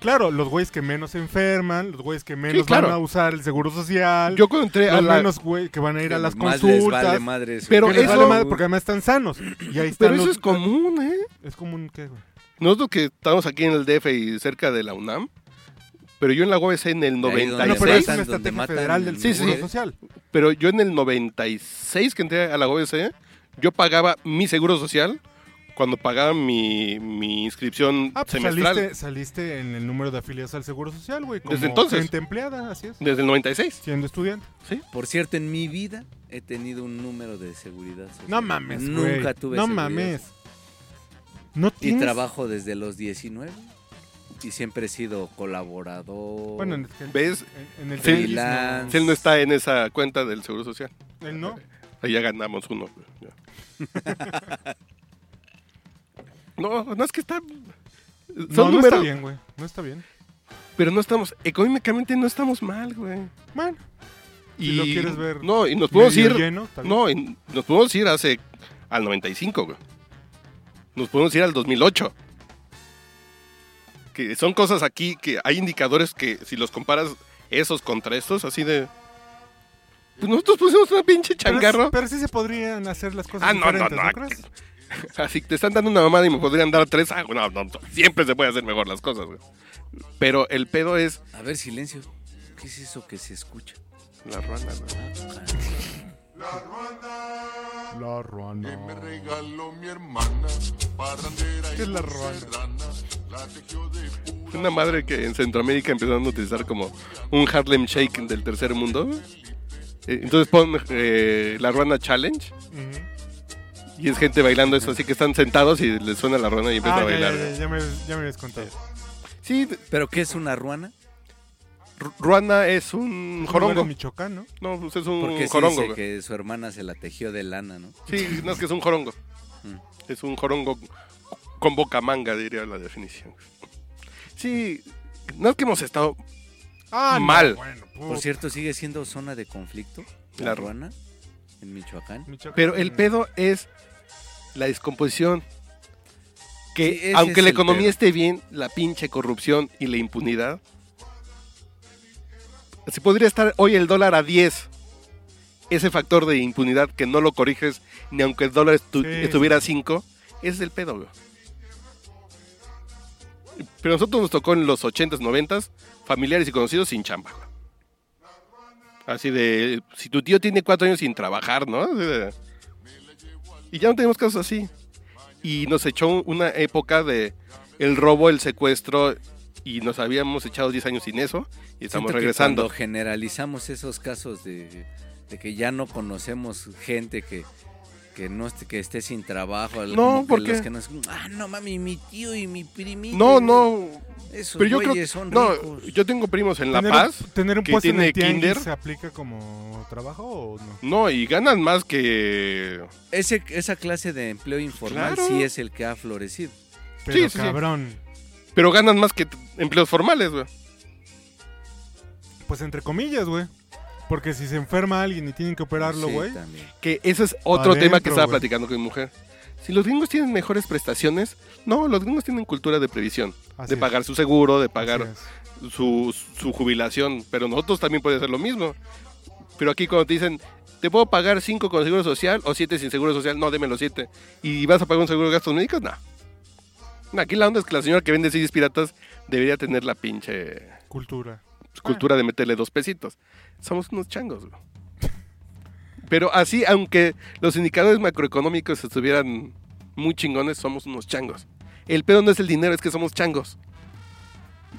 S1: Claro, los güeyes que menos se enferman, los güeyes que menos
S3: claro.
S1: van a usar el seguro social,
S3: Yo cuando entré a
S1: los
S3: la...
S1: menos güey que van a ir a
S2: Que
S1: las
S2: más
S1: consultas.
S2: Les vale madre su-
S3: Pero
S1: que les
S3: eso-
S1: vale madre porque además están sanos. Y ahí están
S3: Pero eso
S1: los-
S3: es común, ¿eh?
S1: Es común que, güey.
S3: Nosotros que estamos aquí en el DF y cerca de la UNAM, pero yo en la UABC en el
S2: Ahí donde
S1: No, pero
S3: 96,
S1: es
S2: matan,
S1: una
S2: donde
S1: estrategia
S2: matan
S1: federal del
S3: Sí, sí,
S1: seguro
S3: sí.
S1: social.
S3: pero yo en el 96 que entré a la UABC, yo pagaba mi seguro social cuando pagaba mi, mi inscripción
S1: Ah, pues
S3: semestral
S1: saliste, saliste en el número de afiliados al Seguro Social, güey. como
S3: Desde entonces.
S1: Gente empleada, así es.
S3: desde el 96.
S1: Siendo estudiante.
S2: Por cierto, en mi vida he tenido un número de seguridad social.
S1: No mames, güey.
S2: Nunca tuve
S1: No
S2: seguridad
S1: mames. No
S2: Y
S1: tienes...
S2: trabajo desde los 19 y siempre he sido colaborador.
S1: Bueno, en el,
S3: ¿Ves?
S1: en- en el
S3: Sí.
S1: feliz, no.
S2: Freelance.
S3: Si él no está en esa cuenta del seguro social.
S1: Él no.
S3: Ahí ya ganamos uno. No, no es que está. Son
S1: No, no está
S3: números,
S1: bien, güey. No está bien.
S3: pero no estamos. Económicamente no estamos mal, güey.
S1: Bueno, Si lo quieres ver
S3: No, y nos podemos
S1: medio
S3: ir.
S1: lleno, tal
S3: Pues
S1: vez.
S3: No, y nos podemos ir hace. al 95, güey. Nos podemos ir al 2008. Que son cosas aquí que hay indicadores que si los comparas esos contra estos, así de. Pues nosotros pusimos una pinche
S1: Pero,
S3: changarro.
S1: pero sí se podrían hacer las cosas
S3: Ah, no, no,
S1: diferentes,
S3: no,
S1: ¿no
S3: aquí-
S1: crees?
S3: Así te están dando una mamada y me podrían dar tres. Ah, no, no, no, siempre se puede hacer mejor las cosas, güey. Pero el pedo es
S2: A ver, silencio. ¿Qué es eso que se escucha?
S3: la rana, güey.
S4: La ruana
S1: La ruana.
S4: que me regaló mi hermana, parrandera
S1: ¿Qué
S4: y
S1: es la ruana?
S4: serrana, la tejió de pura
S3: Una madre que en Centroamérica empezaron a utilizar como un Harlem Shake del tercer mundo. güey. Eh, Entonces pon eh, la ruana challenge
S1: Ujú.
S3: y es gente bailando eso, así que están sentados y les suena la ruana y empiezan
S1: Ah,
S3: Pues a
S1: ya,
S3: bailar.
S1: ya,
S3: güey.
S1: ya, ya me, ya me habías contado.
S3: Sí, d-
S2: ¿Pero qué es una ruana?
S3: ru- ruana es un
S1: Lugar
S3: jorongo.
S1: en Michoacán, ¿no?
S3: No, pues es un
S2: Porque sí
S3: jorongo.
S2: dice
S3: güey.
S2: que su hermana se la tejió de lana, ¿no?
S3: Sí, no es que es un jorongo.
S2: Mm.
S3: Es un jorongo con boca manga, diría la definición. Sí, no es que hemos estado.
S1: Ah, no,
S3: Mal.
S1: bueno,
S2: Por
S1: puta,
S2: cierto, sigue siendo zona de conflicto la
S3: La ru-
S2: ruana en Michoacán.
S1: Michoacán.
S3: Pero el pedo es la descomposición.
S2: Sí,
S3: Que
S2: ese
S3: aunque la
S2: es el
S3: economía
S2: pedo.
S3: esté bien, la pinche corrupción y la impunidad. Si podría estar hoy el dólar a 10, ese factor de impunidad que no lo corriges ni aunque el dólar estu-
S1: Sí.
S3: estuviera a 5, ese es el pedo, güey. Pero a nosotros nos tocó en los 80s, 90s, familiares y conocidos sin chamba. güey. Así de, si tu tío tiene cuatro años sin trabajar, ¿no? Así de- y ya no tenemos casos así. Y nos echó una época de el robo, el secuestro, y nos habíamos echado 10 años sin eso, y estamos
S2: Siento que
S3: regresando.
S2: Cuando generalizamos esos casos de, de que ya no conocemos gente que, que no esté, que esté sin trabajo. al-
S3: No,
S2: como que
S3: ¿por
S2: los
S3: qué?
S2: que nos- ah, no mami, mi tío y mi primito.
S3: No, no,
S2: Esos
S3: pero yo creo
S2: güeyes
S3: que...
S2: son
S3: No,
S2: ricos.
S3: yo tengo primos en La
S1: ¿Tener un-
S3: Paz,
S1: tener un
S3: que
S1: puesto en
S3: tiene
S1: el tianguis
S3: kinder.
S1: se aplica como trabajo o no?
S3: no, y ganan más que...
S2: Ese, esa clase de empleo informal
S3: Claro.
S2: sí es el que ha florecido.
S1: Pero
S3: Sí, sí, sí.
S1: cabrón,
S3: Pero ganan más que t- empleos formales, güey.
S1: pues entre comillas, güey. Porque si se enferma alguien y tienen que operarlo,
S2: Sí,
S1: güey.
S2: también.
S3: Que ese es otro
S1: Adentro,
S3: tema que estaba
S1: güey.
S3: platicando con mi mujer. Si los gringos tienen mejores prestaciones, no, los gringos tienen cultura de previsión,
S1: Así
S3: de
S1: es.
S3: pagar su seguro, de
S1: Así
S3: pagar
S1: es.
S3: su, su jubilación, pero nosotros también puede ser lo mismo. Pero aquí cuando te dicen, ¿te puedo pagar 5 con seguro social o 7 sin seguro social? No, deme los 7. ¿Y vas a pagar un seguro de gastos médicos? No. No, Aquí la onda es que la señora que vende CDs piratas debería tener la pinche
S1: Cultura.
S3: pues, cultura de meterle dos pesitos. Somos unos changos, güey. Pero así, aunque los indicadores macroeconómicos estuvieran muy chingones, somos unos changos. El pedo no es el dinero, es que somos changos.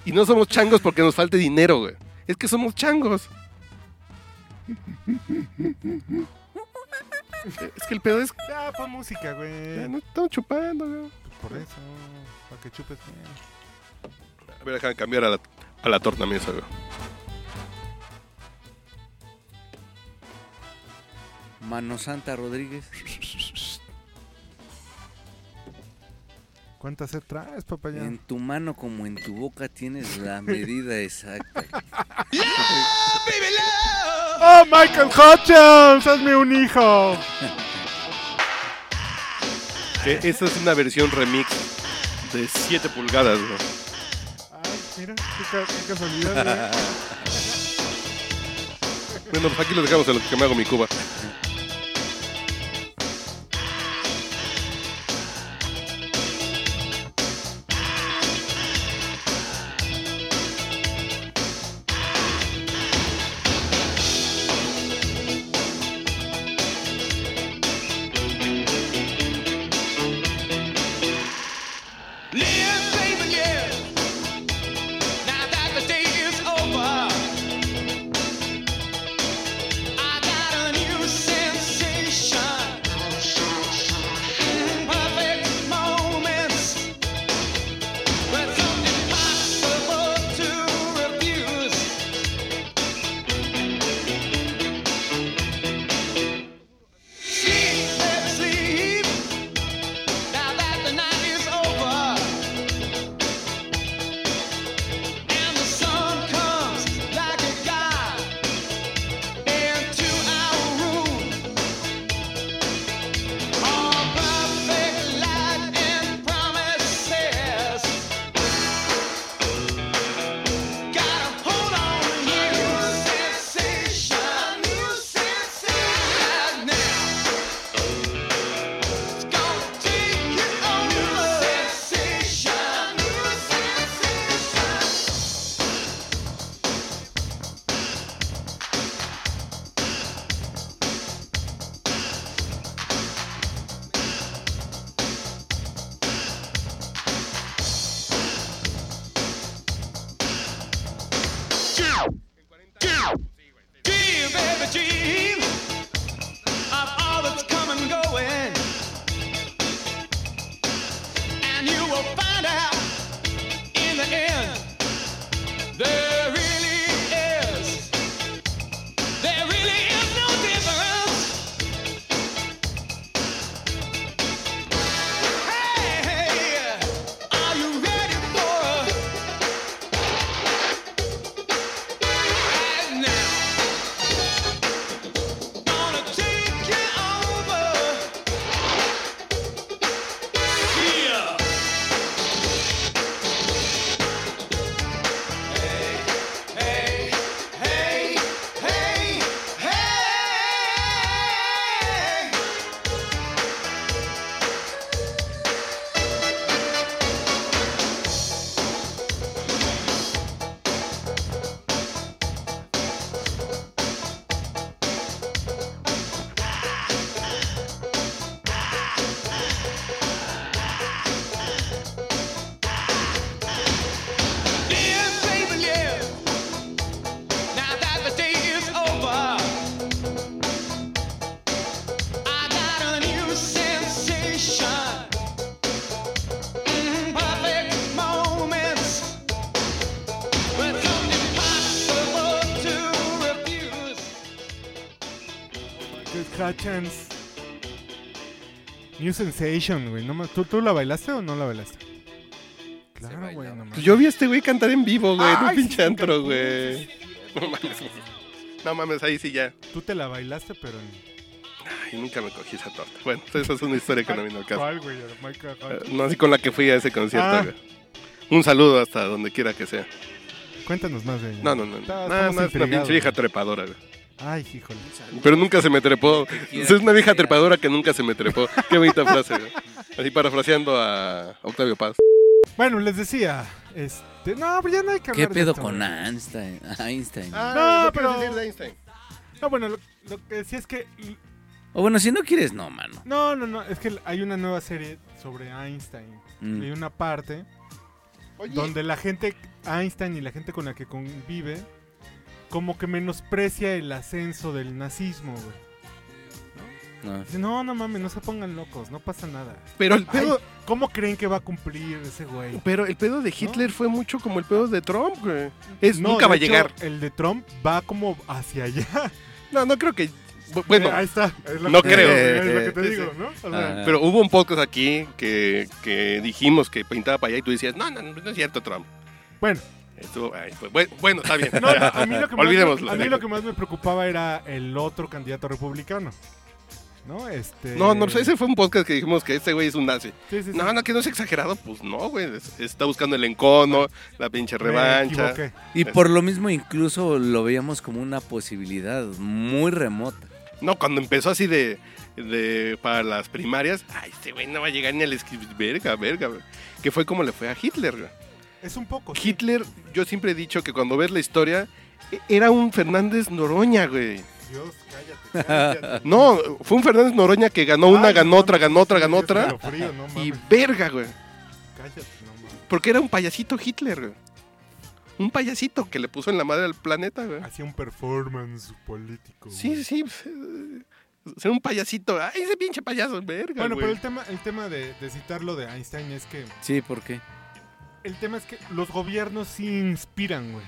S3: Y no somos changos porque nos falte dinero, güey. Es que somos changos. Es que el pedo es.
S1: Ya, pa' música,
S3: Ya,
S1: güey.
S3: no estamos chupando, güey.
S1: Por eso, para que chupes bien.
S3: A ver, déjame cambiar a la, a la torna mesa, güey.
S2: Mano Santa Rodríguez.
S1: ¿Cuánta sed traes, papá? Ya?
S2: En tu mano como en tu boca tienes la medida exacta.
S1: ¡Oh, Michael Hutchins! ¡Hazme un hijo!
S3: Que esta E-, es una versión remix de 7 pulgadas, güey.
S1: Ay, mira, qué, ca- qué casualidad, güey.
S3: Bueno, pues aquí lo dejamos en lo que me hago mi cuba.
S5: Dream, baby, dream of all that's come and going. And you will find out in the end. There really is. There really is no difference. Hey, hey, are you ready for it right now? Gonna take you over. Yeah. Hey, hey, hey, hey, hey. Live, baby, live. Now that the day is over, I got a new sensation. Mm, Perfect moments with something possible to refuse.
S1: Michael Hutchins. New Sensation, güey. No ma- ¿Tú, ¿Tú la bailaste o no la bailaste? Claro, güey.
S2: bailaba.
S1: No, mames.
S3: Pues yo vi a este güey cantar en vivo, güey, en
S1: Ay,
S3: un
S1: sí,
S3: pinche
S1: en
S3: antro,
S1: Cancún,
S3: güey. No mames. No mames, ahí sí ya.
S1: Tú te la bailaste, pero... en-
S3: Ay, nunca me cogí esa torta. Bueno, pues esa es una historia que no vino al caso.
S1: ¿Cuál, güey? Michael
S3: Eh,
S1: Hutchins.
S3: No así con la que fui a ese concierto,
S1: Ah.
S3: güey. Un saludo hasta donde quiera que sea.
S1: Cuéntanos más de ella.
S3: No, no, no.
S1: Está-
S3: No,
S1: estamos
S3: no, es una
S1: intrigados,
S3: pinche vieja
S1: güey.
S3: trepadora, güey.
S1: Ay, híjole.
S3: Pero nunca se me trepó. Es una vieja trepadora que nunca se me trepó. Qué bonita frase, güey. Así parafraseando a Octavio Paz.
S1: Bueno, les decía... Este... No, pero ya no hay que
S2: ¿Qué
S1: hablar de
S2: pedo
S1: esto,
S2: con
S1: güey.
S2: Einstein? Einstein.
S1: Ah, ¿qué quieres decir de
S3: Einstein.
S1: No, bueno, lo, lo que decía es que...
S2: O bueno, si no quieres, no, mano.
S1: No, no, no. Es que hay una nueva serie sobre Einstein.
S2: Mm.
S1: Y hay una parte
S3: Oye,
S1: donde la gente, Einstein y la gente con la que convive, como que menosprecia el ascenso del nazismo, güey.
S2: No.
S1: Dice, no, no mames, no se pongan locos, no pasa nada.
S3: pero el
S1: Ay,
S3: pedo,
S1: ¿Cómo creen que va a cumplir ese güey?
S3: pero el pedo de Hitler fue mucho como el pedo de Trump, güey. Es, Pues
S1: No,
S3: nunca
S1: de
S3: va a
S1: hecho,
S3: llegar.
S1: El de Trump va como hacia allá.
S3: No, no creo que. bu- Bueno,
S1: Ahí está. es lo
S3: no
S1: que-
S3: creo.
S1: Es lo que
S3: Eh,
S1: te
S3: sí,
S1: digo,
S3: sí.
S1: ¿no? O sea,
S2: Ah.
S3: pero hubo un podcast aquí que, que dijimos que pintaba para allá y tú decías, no, no, no, no es cierto, Trump.
S1: Bueno,
S3: Estuvo- ay, pues, bueno, bueno, está bien.
S1: no, no, a mí, lo que,
S3: Olvidémoslo.
S1: más, a mí lo que más me preocupaba era el otro candidato republicano. ¿No? Este...
S3: No, no, pues ese fue un podcast que dijimos que este güey es un nazi.
S1: Sí, sí, sí.
S3: No, no, que no es exagerado, pues no, güey. es- Está buscando el encono, la pinche
S1: Ah, Me
S3: revancha.
S1: equivoqué.
S2: Y por lo mismo incluso lo veíamos como una posibilidad muy remota.
S3: No, cuando empezó así de, de- para las primarias, ay, este güey no va a llegar ni al esqui- verga, verga, güey. que fue como le fue a Hitler. güey.
S1: Es un poco. sí.
S3: Hitler, yo siempre he dicho que cuando ves la historia, e- era un Fernández Noroña, güey.
S1: Dios, cállate. cállate.
S3: No, fue un Fernández Noroña que ganó una,
S1: Ay,
S3: ganó
S1: no
S3: otra,
S1: mames,
S3: ganó otra,
S1: sí,
S3: ganó
S1: es
S3: otra,
S1: escalofrío, no
S3: y
S1: mames.
S3: verga, güey.
S1: Cállate, no mames.
S3: Porque era un payasito Hitler, güey. Un payasito que le puso en la madre al planeta, güey.
S1: Hacía un performance político.
S3: Sí,
S1: güey.
S3: sí, pues, eh, ser un payasito. Ay, ese pinche payaso, verga,
S1: Bueno,
S3: güey.
S1: pero el tema, el tema de, de citar lo de Einstein es que.
S2: Sí, ¿por qué?
S1: El tema es que los gobiernos sí inspiran, güey.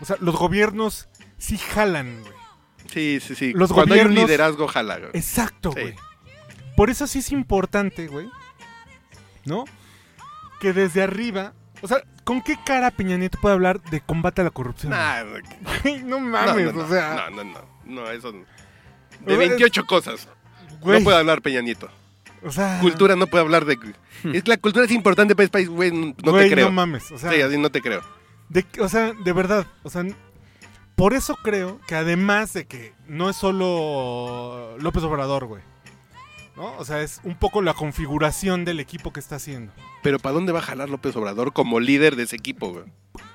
S1: O sea, los gobiernos sí jalan, güey.
S3: Sí, sí, sí.
S1: Los
S3: Cuando hay un
S1: gobiernos-
S3: liderazgo, jala, güey.
S1: Exacto,
S3: Sí.
S1: güey. Por eso sí es importante, güey. ¿No? Que desde arriba. O sea, ¿con qué cara Peña Nieto puede hablar de combate a la corrupción?
S3: Nah, no,
S1: güey?
S3: no,
S1: no mames,
S3: no,
S1: o sea.
S3: No, no, no. No, eso no. De
S1: Güey.
S3: 28 cosas.
S1: güey,
S3: No puede hablar Peña Nieto.
S1: O sea.
S3: Cultura no puede hablar de.
S2: Hmm.
S3: Es que la cultura es importante para el país, güey. No
S1: güey,
S3: te creo.
S1: No mames, o sea.
S3: sí, así no te creo.
S1: De, que- o sea, de verdad, o sea, por eso creo que además de que no es solo López Obrador, güey. ¿No? O sea, es un poco la configuración del equipo que está haciendo.
S3: Pero ¿para dónde va a jalar López Obrador como líder de ese equipo, güey?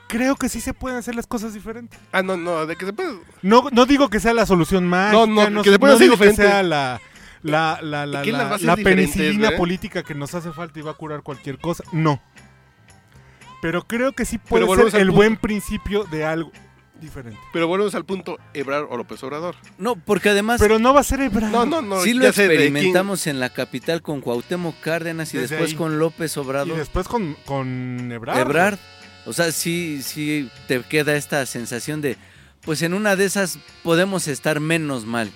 S1: Creo que sí se pueden hacer las cosas diferentes.
S3: Ah, no, no, de que se puede.
S1: No, no digo que sea la solución más.
S3: No, no, que se pueden hacer
S1: digo que
S3: diferentes.
S1: sea la la la la,
S3: ¿Quién
S1: la-
S3: las va a hacer
S1: la
S3: diferentes, eh?
S1: penicilina
S3: güey?
S1: política que nos hace falta y va a curar cualquier cosa. No. Pero creo que sí
S3: Pero
S1: puede
S3: volvemos al
S1: ser el
S3: punto.
S1: buen principio de algo diferente.
S3: Pero volvemos al punto, Ebrar o López Obrador.
S2: No, porque además
S1: Pero no va a ser Ebrard.
S3: No, no, no.
S2: sí lo
S3: ya sé de quién-
S2: experimentamos en la capital con Cuauhtémoc Cárdenas y
S1: Desde
S2: después
S1: ahí.
S2: con López
S1: Y
S2: Obrador.
S1: después con, con Ebrard.
S2: Ebrard. O sea, sí, sí te queda esta sensación de, pues en una de esas podemos estar menos mal.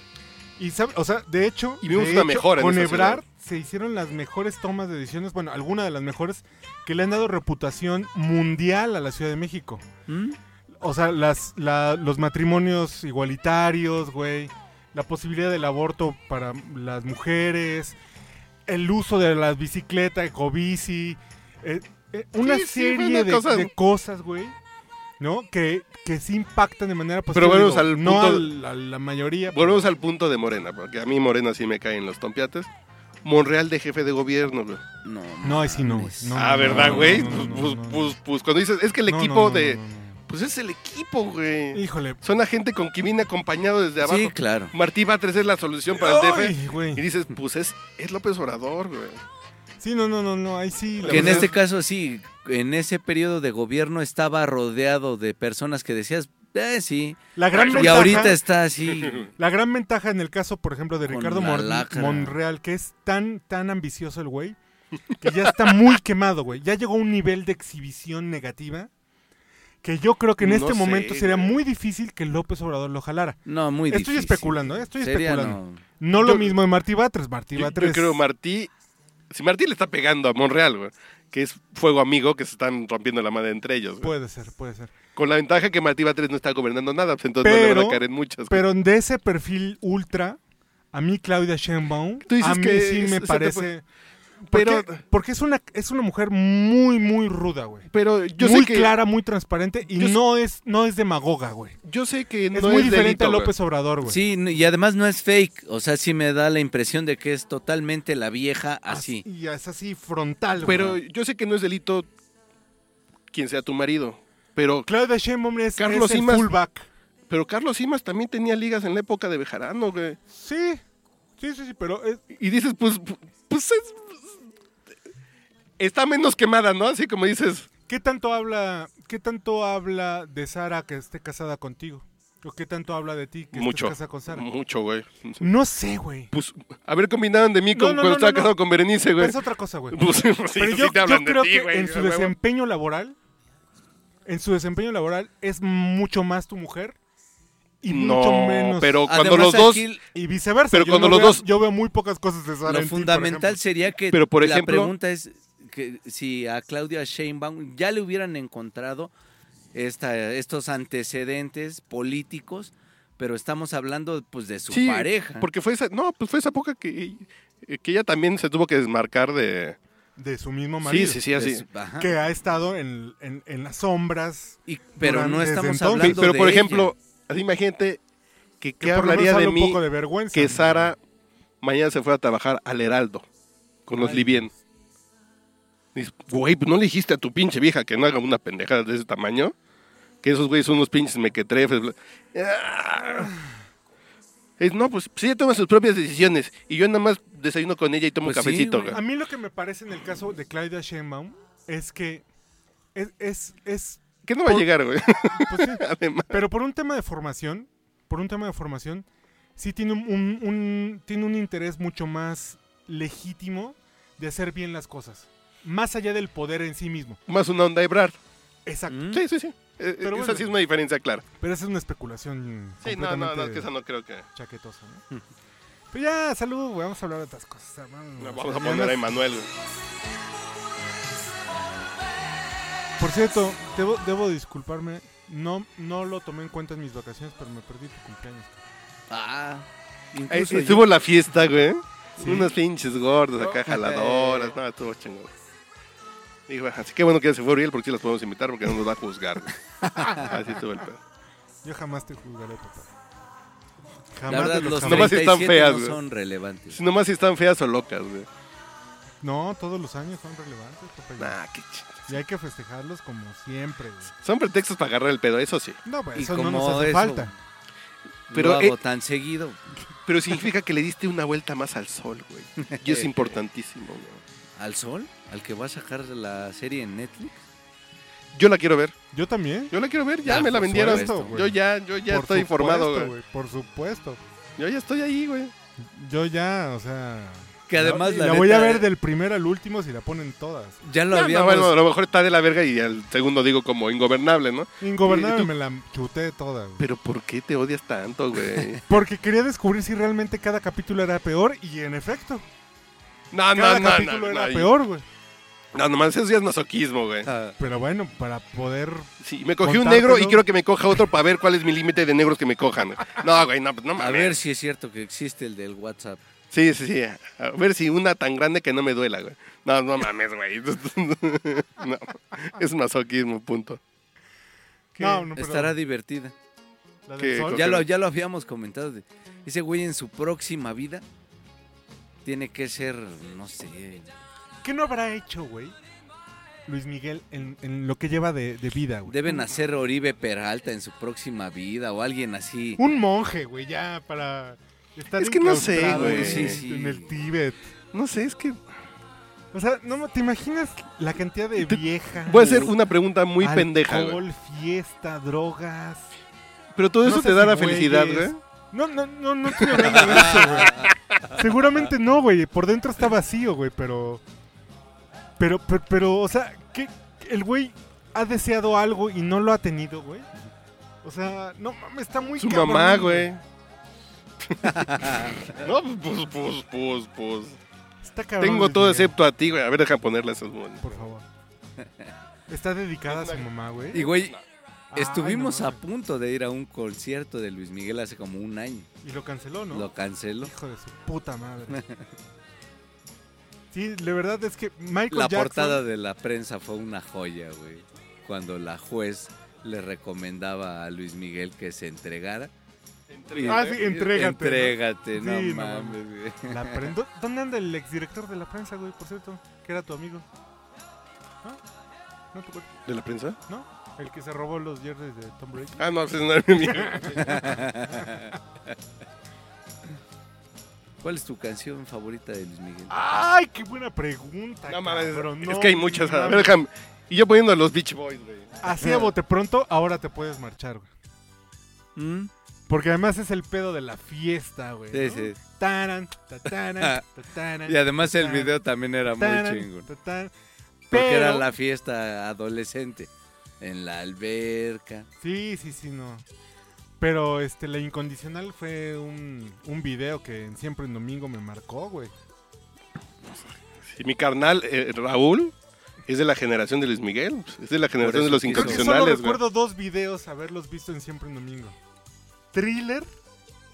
S1: Y sabe- o sea, de hecho,
S3: Y vimos
S1: de
S3: una
S1: hecho,
S3: mejora en
S1: con
S3: esa
S1: Ebrard se hicieron las mejores tomas de decisiones, bueno, alguna de las mejores que le han dado reputación mundial a la Ciudad de México.
S2: ¿Mm?
S1: O sea, las, la- los matrimonios igualitarios, güey, la posibilidad del aborto para las mujeres, el uso de la bicicleta, ecobici, eh, eh, una
S3: Sí, sí, fue
S1: serie
S3: una
S1: de,
S3: cosa-
S1: de cosas, güey, ¿no? Que, que sí impactan de manera positiva.
S3: Pero volvemos
S1: digo,
S3: al
S1: No
S3: punto-
S1: al- a la mayoría. pero-
S3: Volvemos al punto de Morena, porque a mí Morena sí me caen los tompiates. Monreal de jefe de gobierno, güey.
S2: No,
S1: No, ahí sí no, güey.
S2: mames.
S1: No,
S3: ah, ¿verdad, güey?
S1: no, no, no,
S3: pues,
S1: no, no.
S3: pues- pues cuando dices, es que el
S1: No,
S3: equipo
S1: no, no,
S3: de.
S1: no, no,
S3: Pues es el equipo,
S1: no.
S3: güey.
S1: Híjole.
S3: Son la gente con que viene acompañado desde abajo.
S2: Sí, claro.
S3: Martí Batres es la solución para el DF.
S1: Ay,
S3: Y
S1: güey.
S3: dices, pues es, es López Obrador, güey.
S1: Sí, no, no, no, no, ahí sí. la
S2: Que en
S1: verdad-
S2: este caso sí, en ese periodo de gobierno estaba rodeado de personas que decías, eh, sí.
S1: La gran
S2: Y
S1: ventaja,
S2: ahorita está así.
S1: la gran ventaja en el caso, por ejemplo, de
S2: Con
S1: Ricardo
S2: la
S1: Mor-
S2: lacra.
S1: Monreal, que es tan, tan ambicioso el güey, que ya está muy quemado, güey. Ya llegó a un nivel de exhibición negativa que yo creo que en
S3: No sé,
S1: este momento sería
S3: güey.
S1: muy difícil que López Obrador lo jalara.
S2: No, muy
S1: Estoy
S2: difícil.
S1: especulando, ¿eh? Estoy
S2: Sería,
S1: especulando.
S2: no.
S1: No lo
S3: Yo-
S1: mismo de Martí Batres. Martí
S3: Yo,
S1: Batres.
S3: yo creo Martí. Si Martí le está pegando a Monreal, güey, que es fuego amigo, que se están rompiendo la madre entre ellos. güey.
S1: Puede ser, puede ser.
S3: Con la ventaja que Martí Batres no está gobernando nada, pues entonces no le van
S1: Pero-
S3: a caer en muchas. güey.
S1: Pero de ese perfil ultra, a mí Claudia Sheinbaum,
S3: Tú dices
S1: a mí
S3: que
S1: sí
S3: es-
S1: me
S3: se te
S1: parece...
S3: Pero-
S1: Pero... Porque, porque es, una, es una mujer muy, muy ruda, güey.
S3: Pero, yo
S1: muy
S3: sé que.
S1: clara, muy transparente y
S3: yo sé-
S1: no es, no es demagoga, güey.
S3: Yo sé que no
S1: es muy diferente
S3: delito,
S1: a
S3: güey.
S1: López Obrador, güey.
S2: Sí, no- y además no es fake. O sea, sí me da la impresión de que es totalmente la vieja
S1: Ah,
S2: así.
S1: Y es así frontal, güey.
S3: Pero yo sé que no es delito quien sea tu marido. Pero,
S1: Claudia Sheinbaum es,
S3: Carlos
S1: es el
S3: Simas-
S1: fullback.
S3: pero Carlos Simas también tenía ligas en la época de Bejarano, güey.
S1: Sí, sí, sí, sí, pero eh, es-
S3: Y dices, pues, pu- pues es- Está menos quemada, ¿no? Así como dices.
S1: ¿Qué tanto habla, qué tanto habla de Sara que esté casada contigo? ¿O qué tanto habla de ti que
S3: Mucho.
S1: estés casada con Sara?
S3: Mucho, güey.
S1: No sé, güey.
S3: Pues, a ver, combinaban de mí
S1: No,
S3: con
S1: no,
S3: cuando
S1: no,
S3: estaba
S1: no,
S3: casado
S1: no.
S3: con Berenice,
S1: Pero
S3: güey.
S1: es otra cosa, güey.
S3: Pues, pues, sí,
S1: Pero
S3: sí
S1: yo,
S3: te
S1: yo
S3: hablan de
S1: creo
S3: ti,
S1: que
S3: güey,
S1: en su
S3: a huevo.
S1: desempeño laboral, en su desempeño laboral es mucho más tu mujer y mucho
S3: No,
S1: menos.
S3: pero cuando
S2: Además,
S3: los dos...
S2: aquí
S1: y viceversa.
S3: pero
S1: Yo
S3: cuando
S1: no
S3: los
S1: veo-
S3: dos-
S1: yo veo muy pocas cosas de Sara.
S2: lo
S1: en ti, por
S2: fundamental
S1: ejemplo.
S2: sería que
S3: Pero, por
S2: la
S3: ejemplo-
S2: pregunta es que si a Claudia Sheinbaum ya le hubieran encontrado esta, estos antecedentes políticos, pero estamos hablando pues de su
S3: sí,
S2: pareja.
S3: porque fue esa... No, pues fue esa época que, eh, que ella también se tuvo que desmarcar de...
S1: de su mismo
S3: Sí,
S1: marido.
S3: sí, sí,
S2: De
S3: así.
S2: su- Pues, ajá.
S1: Que ha estado en, en- en las sombras.
S2: Y- pero no
S1: Durante- desde
S2: estamos
S1: entonces.
S3: Sí,
S2: hablando
S3: pero,
S2: de
S3: por
S2: ella.
S3: ejemplo, así imagínate que,
S1: Que
S3: qué
S1: por lo menos
S3: hablaría
S1: habla
S3: de
S1: un
S3: mí
S1: poco de vergüenza.
S3: que Sara mañana se fuera a trabajar al Heraldo con los
S2: Ay.
S3: Livien. Dices, güey, pues no le dijiste a tu pinche vieja que no haga una pendejada de ese tamaño. Que esos güeyes son unos pinches mequetrefes. bla- Ah. Es, no, pues sí, ella toma sus propias decisiones. Y yo nada más desayuno con ella y tomo
S2: Pues
S3: un
S2: sí,
S3: cafecito.
S2: güey.
S1: A
S3: güey.
S1: mí lo que me parece en el caso de Claudia Sheinbaum es que es, es, es
S3: ¿Qué no va a
S1: Por-
S3: llegar, güey?
S1: pues sí,
S3: Además,
S1: Pero por un tema de formación, por un tema de formación, sí tiene un, un- un- tiene un interés mucho más legítimo de hacer bien las cosas. Más allá del poder en sí mismo.
S3: más una onda Ebrar.
S1: Exacto.
S2: ¿Mm?
S3: Sí, sí, sí. Eh,
S1: Pero
S3: esa
S1: bueno.
S3: sí es una diferencia clara.
S1: Pero esa es una especulación
S3: Sí, no, no,
S1: completamente
S3: no, es que esa no creo que.
S1: chaquetosa,
S2: Hmm.
S1: ¿no? Pero ya, salud, güey, vamos a hablar de otras cosas. hermano.
S3: No, vamos a
S1: Ya
S3: poner
S1: nos-
S3: a Emanuel. güey.
S1: Por cierto, debo, debo disculparme. No, no lo tomé en cuenta en mis vacaciones, pero me perdí tu cumpleaños.
S2: Ah,
S3: Ahí
S2: incluso yo-
S3: estuvo la fiesta, güey.
S1: Sí.
S3: Unas pinches gordas acá, jaladoras. No, estuvo chingón. Digo, así que bueno que se fue Uriel porque sí las podemos invitar porque no nos va a juzgar. güey. así estuvo el pedo.
S1: Yo jamás te juzgaré, papá.
S2: la
S1: Jamás
S2: verdad,
S1: te lo
S2: los
S1: jamás.
S3: Nomás están
S2: 37
S3: feas,
S2: no
S3: güey.
S2: son relevantes.
S3: Si nomás si están feas o locas, güey.
S1: No, todos los años son relevantes, papá.
S3: Nah, qué chingón.
S1: Y hay que festejarlos como siempre, güey.
S3: Son pretextos para agarrar el pedo, eso sí.
S1: No, pues
S2: Y
S1: eso no
S2: como
S1: nos hace
S2: eso-
S1: falta.
S3: Pero,
S2: Pero lo hago
S3: eh,
S2: tan seguido.
S3: Pero significa que le diste una vuelta más al sol, güey. Y es importantísimo, güey.
S2: ¿Al sol? ¿Al que va a sacar la serie en Netflix?
S3: Yo la quiero ver.
S1: Yo también.
S3: Yo la quiero ver, ya
S2: Ah,
S3: me la
S2: por
S3: vendieron.
S2: supuesto,
S1: güey.
S3: yo ya, yo ya
S1: Por
S3: estoy
S1: supuesto,
S3: informado, güey.
S1: Por supuesto.
S3: Yo ya estoy ahí, güey.
S1: Yo ya, o sea.
S2: Que además
S1: la,
S2: la,
S1: voy a
S2: neta,
S3: eh.
S1: ver del primero al último si la ponen todas.
S2: Ya lo
S3: No, no,
S2: habíamos
S3: bueno, a lo mejor está de la verga y al segundo digo como ingobernable, ¿no?
S1: Ingobernable
S3: ¿Y tú?
S1: me la chuté toda. güey.
S3: Pero ¿por qué te odias tanto, güey?
S1: Porque quería descubrir si realmente cada capítulo era peor y en efecto,
S3: No, no,
S1: cada
S3: no,
S1: capítulo
S3: no, no,
S1: era
S3: y-
S1: peor, güey.
S3: No, nomás eso ya es masoquismo, güey.
S2: Ah,
S1: Pero bueno, para poder
S3: Sí, me cogí un
S1: Contártelo.
S3: negro y quiero que me coja otro para ver cuál es mi límite de negros que me cojan. No, güey, no, pues no
S2: a
S3: mames.
S2: ver si es cierto que existe el del WhatsApp.
S3: Sí, sí, sí. A ver si una tan grande que no me duela, güey. No, no mames, güey. No, es masoquismo, punto.
S1: ¿Qué? No, no, pero-
S2: Estará divertida.
S1: la del
S3: ¿Qué?
S1: sol.
S2: Ya lo, ya lo habíamos comentado. de- Ese güey en su próxima vida tiene que ser, no sé,
S1: ¿Qué no habrá hecho, güey? Luis Miguel en, en lo que lleva de, de vida, güey.
S2: debe nacer Oribe Peralta en su próxima vida o alguien así.
S1: Un monje, güey, ya para estar
S3: Es que no sé,
S1: enclaustrado
S3: güey.
S1: en-
S3: Sí,
S2: sí.
S1: En el Tíbet.
S3: No sé, es que
S1: O sea, no ma- te imaginas la cantidad de
S3: Te-
S1: viejas.
S3: voy a hacer una pregunta muy
S1: alcohol,
S3: pendeja, güey.
S1: fiesta, drogas.
S3: Pero todo eso
S1: no sé
S3: te da
S1: si
S3: la felicidad,
S1: güeyes.
S3: güey.
S1: No, no, no, no estoy hablando de eso, güey. Seguramente no, güey. Por dentro está vacío, güey, pero. Pero, pero, pero, o sea, ¿qué? El güey ha deseado algo y no lo ha tenido, güey. O sea, no mames, está muy
S3: Su
S1: cabrón,
S3: mamá, güey. no, pues, pues, pues, pues.
S1: Está cabrón.
S3: Tengo
S1: Luis
S3: todo
S1: Miguel,
S3: excepto a ti, güey. A ver, deja ponerle esas monas.
S1: Por favor. Está dedicada a su mamá, güey.
S2: Y güey,
S1: Ay,
S2: estuvimos
S1: no
S2: a
S1: mames.
S2: punto de ir a un concierto de Luis Miguel hace como un año.
S1: Y lo canceló, ¿no?
S2: Lo canceló.
S1: Hijo de su puta madre. Sí, la verdad es que Michael
S2: La
S1: Jackson.
S2: portada de la prensa fue una joya, güey. Cuando la juez le recomendaba a Luis Miguel que se entregara.
S1: Ah, sí, entrégate. ¿no?
S2: Entrégate, no,
S1: Sí, no
S2: mames, güey.
S1: La pren- ¿Dó- ¿Dónde anda el exdirector de la prensa, güey? Por cierto, que era tu amigo. ¿Ah? ¿No te acuerdas?
S3: ¿De la prensa?
S1: El que se robó los jerseys de Tom Brady.
S3: Ah, no, pues no es mío.
S2: ¿Cuál es tu canción favorita de Luis Miguel?
S1: ¡Ay, qué buena pregunta!
S3: No mames.
S1: cabrón!
S3: es
S1: No
S3: que hay muchas. A ver,
S1: mames.
S3: déjame. Y yo poniendo a los Beach Boys, güey.
S1: Así a bote pronto, ahora te puedes marchar, güey.
S2: ¿Mm?
S1: Porque además es el pedo de la fiesta, güey.
S2: Sí,
S1: ¿no?
S2: sí.
S1: Taran, tataran, tataran,
S2: Y además el
S1: tataran,
S2: video también era muy
S1: tataran,
S2: chingón.
S1: tataran.
S2: Porque era
S1: Pero-
S2: la fiesta adolescente. En la alberca.
S1: Sí, sí, sí, no. Pero este, la incondicional fue un, un video que en siempre en domingo me marcó, güey.
S3: Sí, mi carnal, eh, Raúl, es de la generación de Luis Miguel. pues, Es de la generación
S2: eso
S3: de los
S2: quiero-
S1: Creo que solo
S3: incondicionales, güey.
S1: recuerdo dos videos haberlos visto en siempre en domingo. Thriller,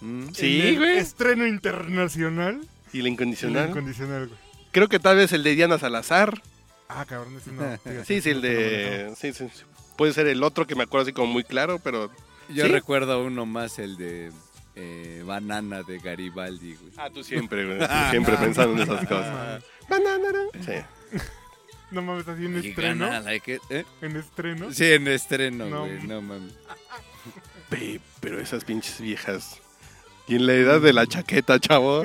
S2: ¿Mm?
S3: Sí,
S1: en el
S3: güey.
S1: estreno internacional,
S3: Y la
S1: y la
S3: incondicional.
S1: incondicional, güey.
S3: Creo que tal vez el de Diana Salazar.
S1: Ah, cabrón, ese no. fíjate,
S3: Sí, sí, el
S1: no lo manejaba.
S3: de. Sí, sí. sí. Puede ser el otro que me acuerdo así como muy claro, pero.
S2: Yo
S3: ¿Sí?
S2: recuerdo uno más, el de eh, Banana de Garibaldi, güey.
S3: Ah, tú siempre, güey. tú siempre pensando en esas cosas.
S1: Ah,
S3: Sí.
S1: No mames, así en
S2: Y
S1: estreno.
S2: gana la que- ¿eh?
S1: En estreno.
S2: Sí, en estreno,
S1: No.
S2: güey. No mames.
S3: Pe- Pero esas pinches viejas. Y en la edad de la chaqueta, chavo.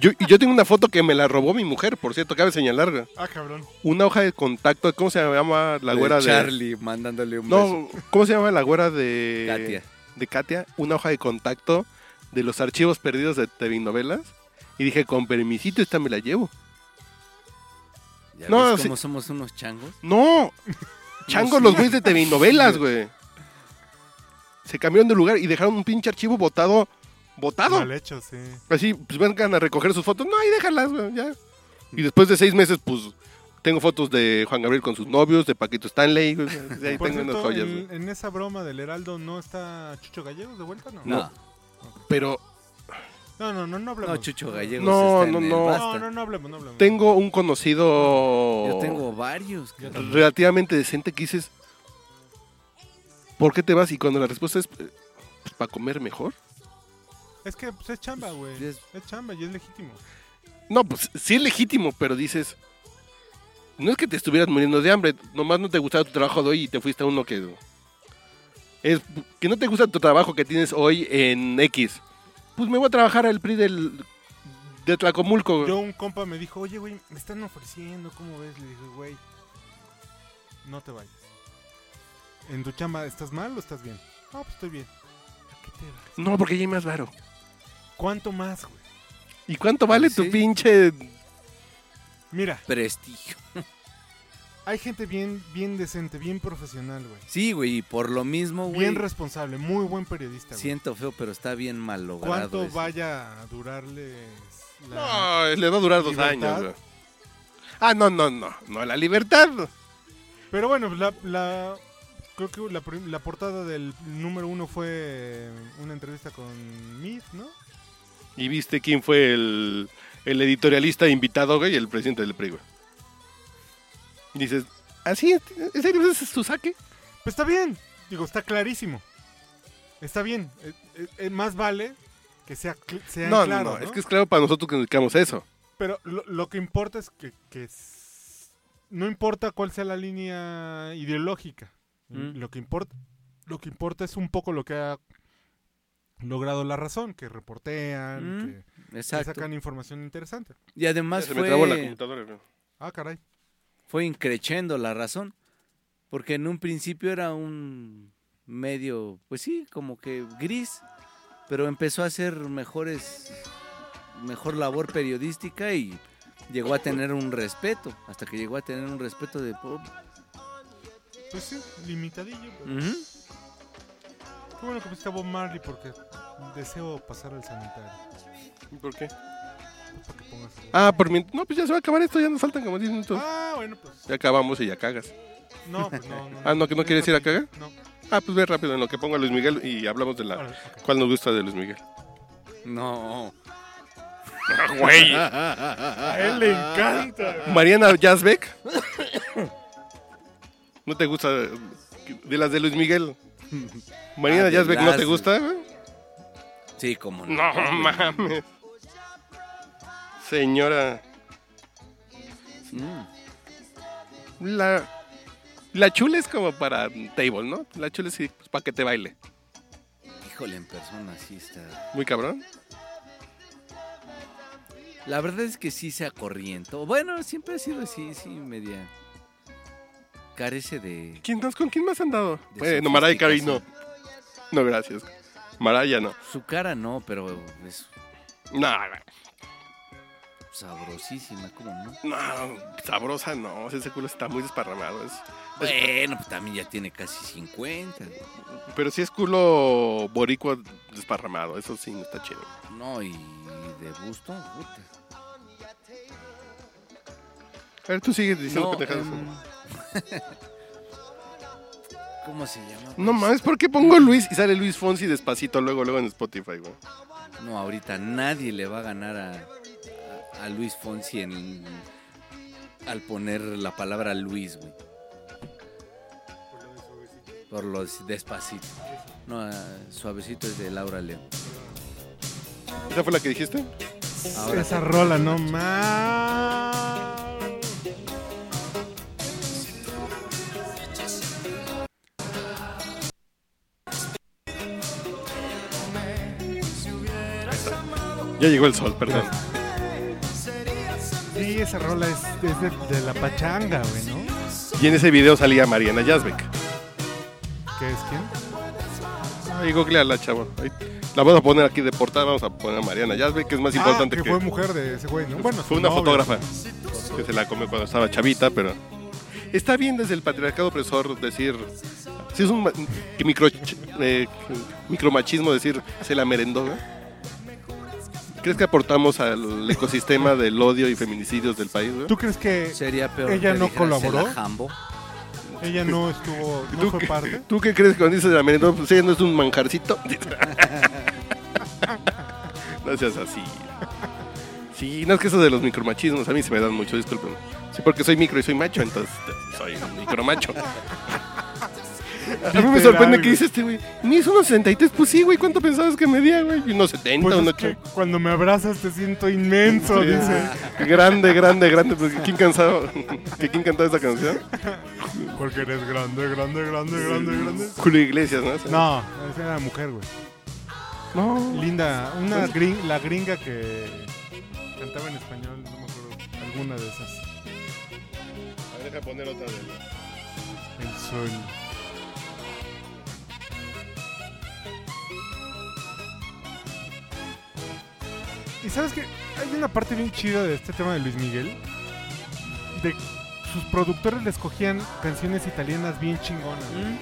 S3: Yo, y yo tengo una foto que me la robó mi mujer, por cierto, cabe señalar. güey.
S1: Ah, cabrón.
S3: Una hoja de contacto, ¿cómo se llama la
S2: De
S3: güera de.
S2: Charlie mandándole un beso.
S3: No, ¿cómo se llama la güera de.
S2: Katia.
S3: De Katia, una hoja de contacto de los archivos perdidos de TV novelas. Y dije, con permisito, esta me la llevo.
S2: ¿Ya
S3: no,
S2: ves
S3: sí.
S2: cómo somos unos changos?
S3: ¡No! Changos los güeyes de TV novelas, güey. Se cambiaron de lugar y dejaron un pinche archivo botado. ¿Botado?
S1: Mal hecho, sí.
S3: Así, pues vengan a recoger sus fotos. No, ahí déjalas, güey, ya. Y después de seis meses, pues, tengo fotos de Juan Gabriel con sus novios, de Paquito Stanley. güey. Ahí
S1: Por
S3: tengo unas
S1: cierto,
S3: joyas, güey.
S1: en, en esa broma del Heraldo no está Chucho Gallegos de vuelta, ¿no?
S2: No,
S3: Pero
S1: No, no, no, no
S2: no,
S1: hablemos.
S2: Chucho Gallegos
S3: No,
S2: está
S3: no,
S2: en el
S3: no.
S1: No,
S2: Basta.
S1: no, no hablemos, no hablemos.
S3: tengo un conocido...
S2: Yo tengo varios. cabrón.
S3: relativamente decente que dices, ¿por qué te vas? Y cuando la respuesta es, pues, ¿para comer mejor?
S1: Es que pues, es chamba, güey.
S2: Es-
S1: Es chamba y es legítimo.
S3: No, pues sí es legítimo, pero dices, no es que te estuvieras muriendo de hambre, nomás no te gustaba tu trabajo de hoy y te fuiste a uno que... Es que no te gusta tu trabajo que tienes hoy en X. Pues me voy a trabajar al PRI del, de Tlacomulco.
S1: Yo un compa me dijo, oye, güey, me están ofreciendo, ¿cómo ves? Le dije, güey, no te vayas. En tu chamba, ¿estás mal o estás bien? No, pues estoy bien. ¿A qué te vas?
S3: No, porque ya hay más varo.
S1: ¿Cuánto más, güey?
S3: ¿Y cuánto
S1: Ah,
S3: vale
S2: Sí.
S3: tu pinche...?
S1: Mira,
S2: Prestigio.
S1: hay gente bien, bien decente, bien profesional, güey.
S2: Sí, güey, y por lo mismo, güey.
S1: Bien responsable, muy buen periodista, güey.
S2: Siento feo, pero está bien mal logrado.
S1: ¿Cuánto
S2: eso.
S1: vaya a durarles la...
S3: No, le va a durar dos
S1: Ah. ¿Libertad?
S3: años. güey. Ah, no, no, no, no, la libertad.
S1: Pero bueno, pues, la, la- creo que la, prim- la portada del número uno fue eh, una entrevista con Mead, ¿no?
S3: ¿Y viste quién fue el, el editorialista invitado, güey? El presidente del PRI, güey. Y Dices, ¿así? ¿En serio ese es tu saque?
S1: Pues está bien, digo, está clarísimo. Está bien, eh, eh, eh, más vale que sea, cl- sean
S3: No, no,
S1: claros,
S3: no,
S1: ¿no?
S3: es que es claro para nosotros que nos dedicamos a eso.
S1: Pero lo, lo que importa es que, que s- no importa cuál sea la línea ideológica.
S2: Mm.
S1: Lo, que importa, lo que importa es un poco lo que ha logrado la razón, que reportean,
S2: Mm,
S1: que- que,
S2: Exacto.
S1: sacan información interesante.
S2: Y además
S3: Se
S2: fue,
S3: me trabó la computadora, güey.
S1: Ah, caray.
S2: fue increchendo la razón. Porque en un principio era un medio, pues sí, como que gris, pero empezó a hacer mejores, mejor labor periodística y llegó a tener un respeto, hasta que llegó a tener un respeto de... po-
S1: Pues sí, limitadillo.
S3: Mm.
S1: pero-
S2: Ujú.
S1: Qué bueno que pusiste a Bob Marley porque deseo pasar al sanitario.
S3: ¿Y ¿Por qué?
S1: Pues para que pongas-
S3: Ah, por mi... No, pues ya se va a acabar esto, ya nos faltan como 10 minutos.
S1: Ah, bueno, pues.
S3: Ya acabamos y ya cagas.
S1: No, pues no. no
S3: Ah, ¿no- que no quieres ir a cagar?
S1: No.
S3: Ah, pues ve rápido en lo que ponga Luis Miguel y hablamos de la...
S1: Órale, ok.
S3: ¿Cuál nos gusta de Luis Miguel?
S2: No.
S3: Ah, ¡Güey!
S1: A él le encanta.
S3: Mariana Yazbek. ¿No te gusta? eh, De las de Luis Miguel. Mariana
S2: Ah, de
S3: Yazbek, ¿no
S2: las-
S3: te gusta? güey?
S2: Sí, como no.
S3: No mames. Señora.
S2: Mm.
S3: La, la chula es como para table, ¿no? La chula sí, pues, para que te baile.
S2: Híjole, en persona sí está.
S3: Muy cabrón.
S2: La verdad es que sí se acorrientó. Bueno, siempre ha sido así, sí, media. carece de...
S3: ¿Quién más- ¿Con quién más han dado?
S2: De
S3: Bueno, Mariah Carey no.
S2: sofisticación.
S3: No, gracias. Mariah no.
S2: Su cara no, pero es
S3: Nah, güey.
S2: sabrosísima, ¿cómo no?
S3: no, sabrosa no. Ese culo está muy desparramado. es-
S2: Bueno, pues también ya tiene casi 50. güey.
S3: pero sí es culo boricua desparramado. Eso sí, no está chido.
S2: No, y de gusto, puta.
S3: A ver, tú sigues diciendo
S2: No,
S3: pendejadas.
S2: em, ¿Cómo se llama? Pues,
S3: No mames, ¿por qué pongo Luis y sale Luis Fonsi despacito luego, luego en Spotify, güey?
S2: No, ahorita nadie le va a ganar a, a- a Luis Fonsi en, al poner la palabra Luis, güey. Por los despacito. No, eh, suavecito es de Laura León.
S3: ¿Esa fue la que dijiste?
S2: Ahora
S1: Ah, Esa rola, no más.
S3: Ya llegó el sol, perdón.
S1: Sí, esa rola es, es de, de la pachanga, güey, ¿no?
S3: Y en ese video salía Mariana Yazbek.
S1: ¿Qué es quién?
S3: Ahí googleala, chavo. Ahí- La vamos a poner aquí de portada, vamos a poner a Mariana Yazbek, que es más importante
S1: ah, que,
S3: que...
S1: fue mujer de ese güey, ¿no? Bueno,
S3: Fue
S1: su
S3: una
S1: novia.
S3: fotógrafa que se la comió cuando estaba chavita, pero... Está bien desde el patriarcado opresor decir... Si es un ma- que micro, eh, micromachismo decir, se la merendó, ¿no? ¿Crees que aportamos al ecosistema del odio y feminicidios del país, güey?
S1: ¿Tú crees que
S2: sería peor.
S1: Ella
S2: que
S1: no
S2: dijeran, "Se la
S1: colaboró".
S2: jambo.
S1: ella no estuvo, no
S3: ¿Tú
S1: fue
S3: qué-
S1: parte?
S3: ¿Tú qué crees que cuando dices la merendó? Pues ella no es un manjarcito. no seas así. Sí, no es que eso de los micromachismos a mí se me dan mucho, disculpen. Sí, porque soy micro y soy macho, entonces te- soy un micromacho. A mí me
S1: Literal,
S3: sorprende que
S1: güey.
S3: dices este, güey. Ni es unos 63, pues sí, güey. ¿Cuánto pensabas que medía, güey? Unos 70,
S1: Pues es
S3: unos
S1: que cuando me abrazas te siento inmenso,
S3: Sí.
S1: dice.
S3: Grande, grande, grande. Pues, ¿Quién cansado? ¿Que ¿Quién cantaba esa canción?
S1: Porque eres grande, grande, grande, grande, grande.
S3: Julio Iglesias, ¿no?
S1: No, esa era mujer, güey.
S3: No.
S1: Linda, una gring- la gringa que cantaba en español, no me acuerdo, alguna de esas.
S3: A ver, deja poner otra vez.
S1: El sol. Y sabes que hay una parte bien chida de este tema de Luis Miguel. De sus productores le escogían canciones italianas bien chingonas. güey.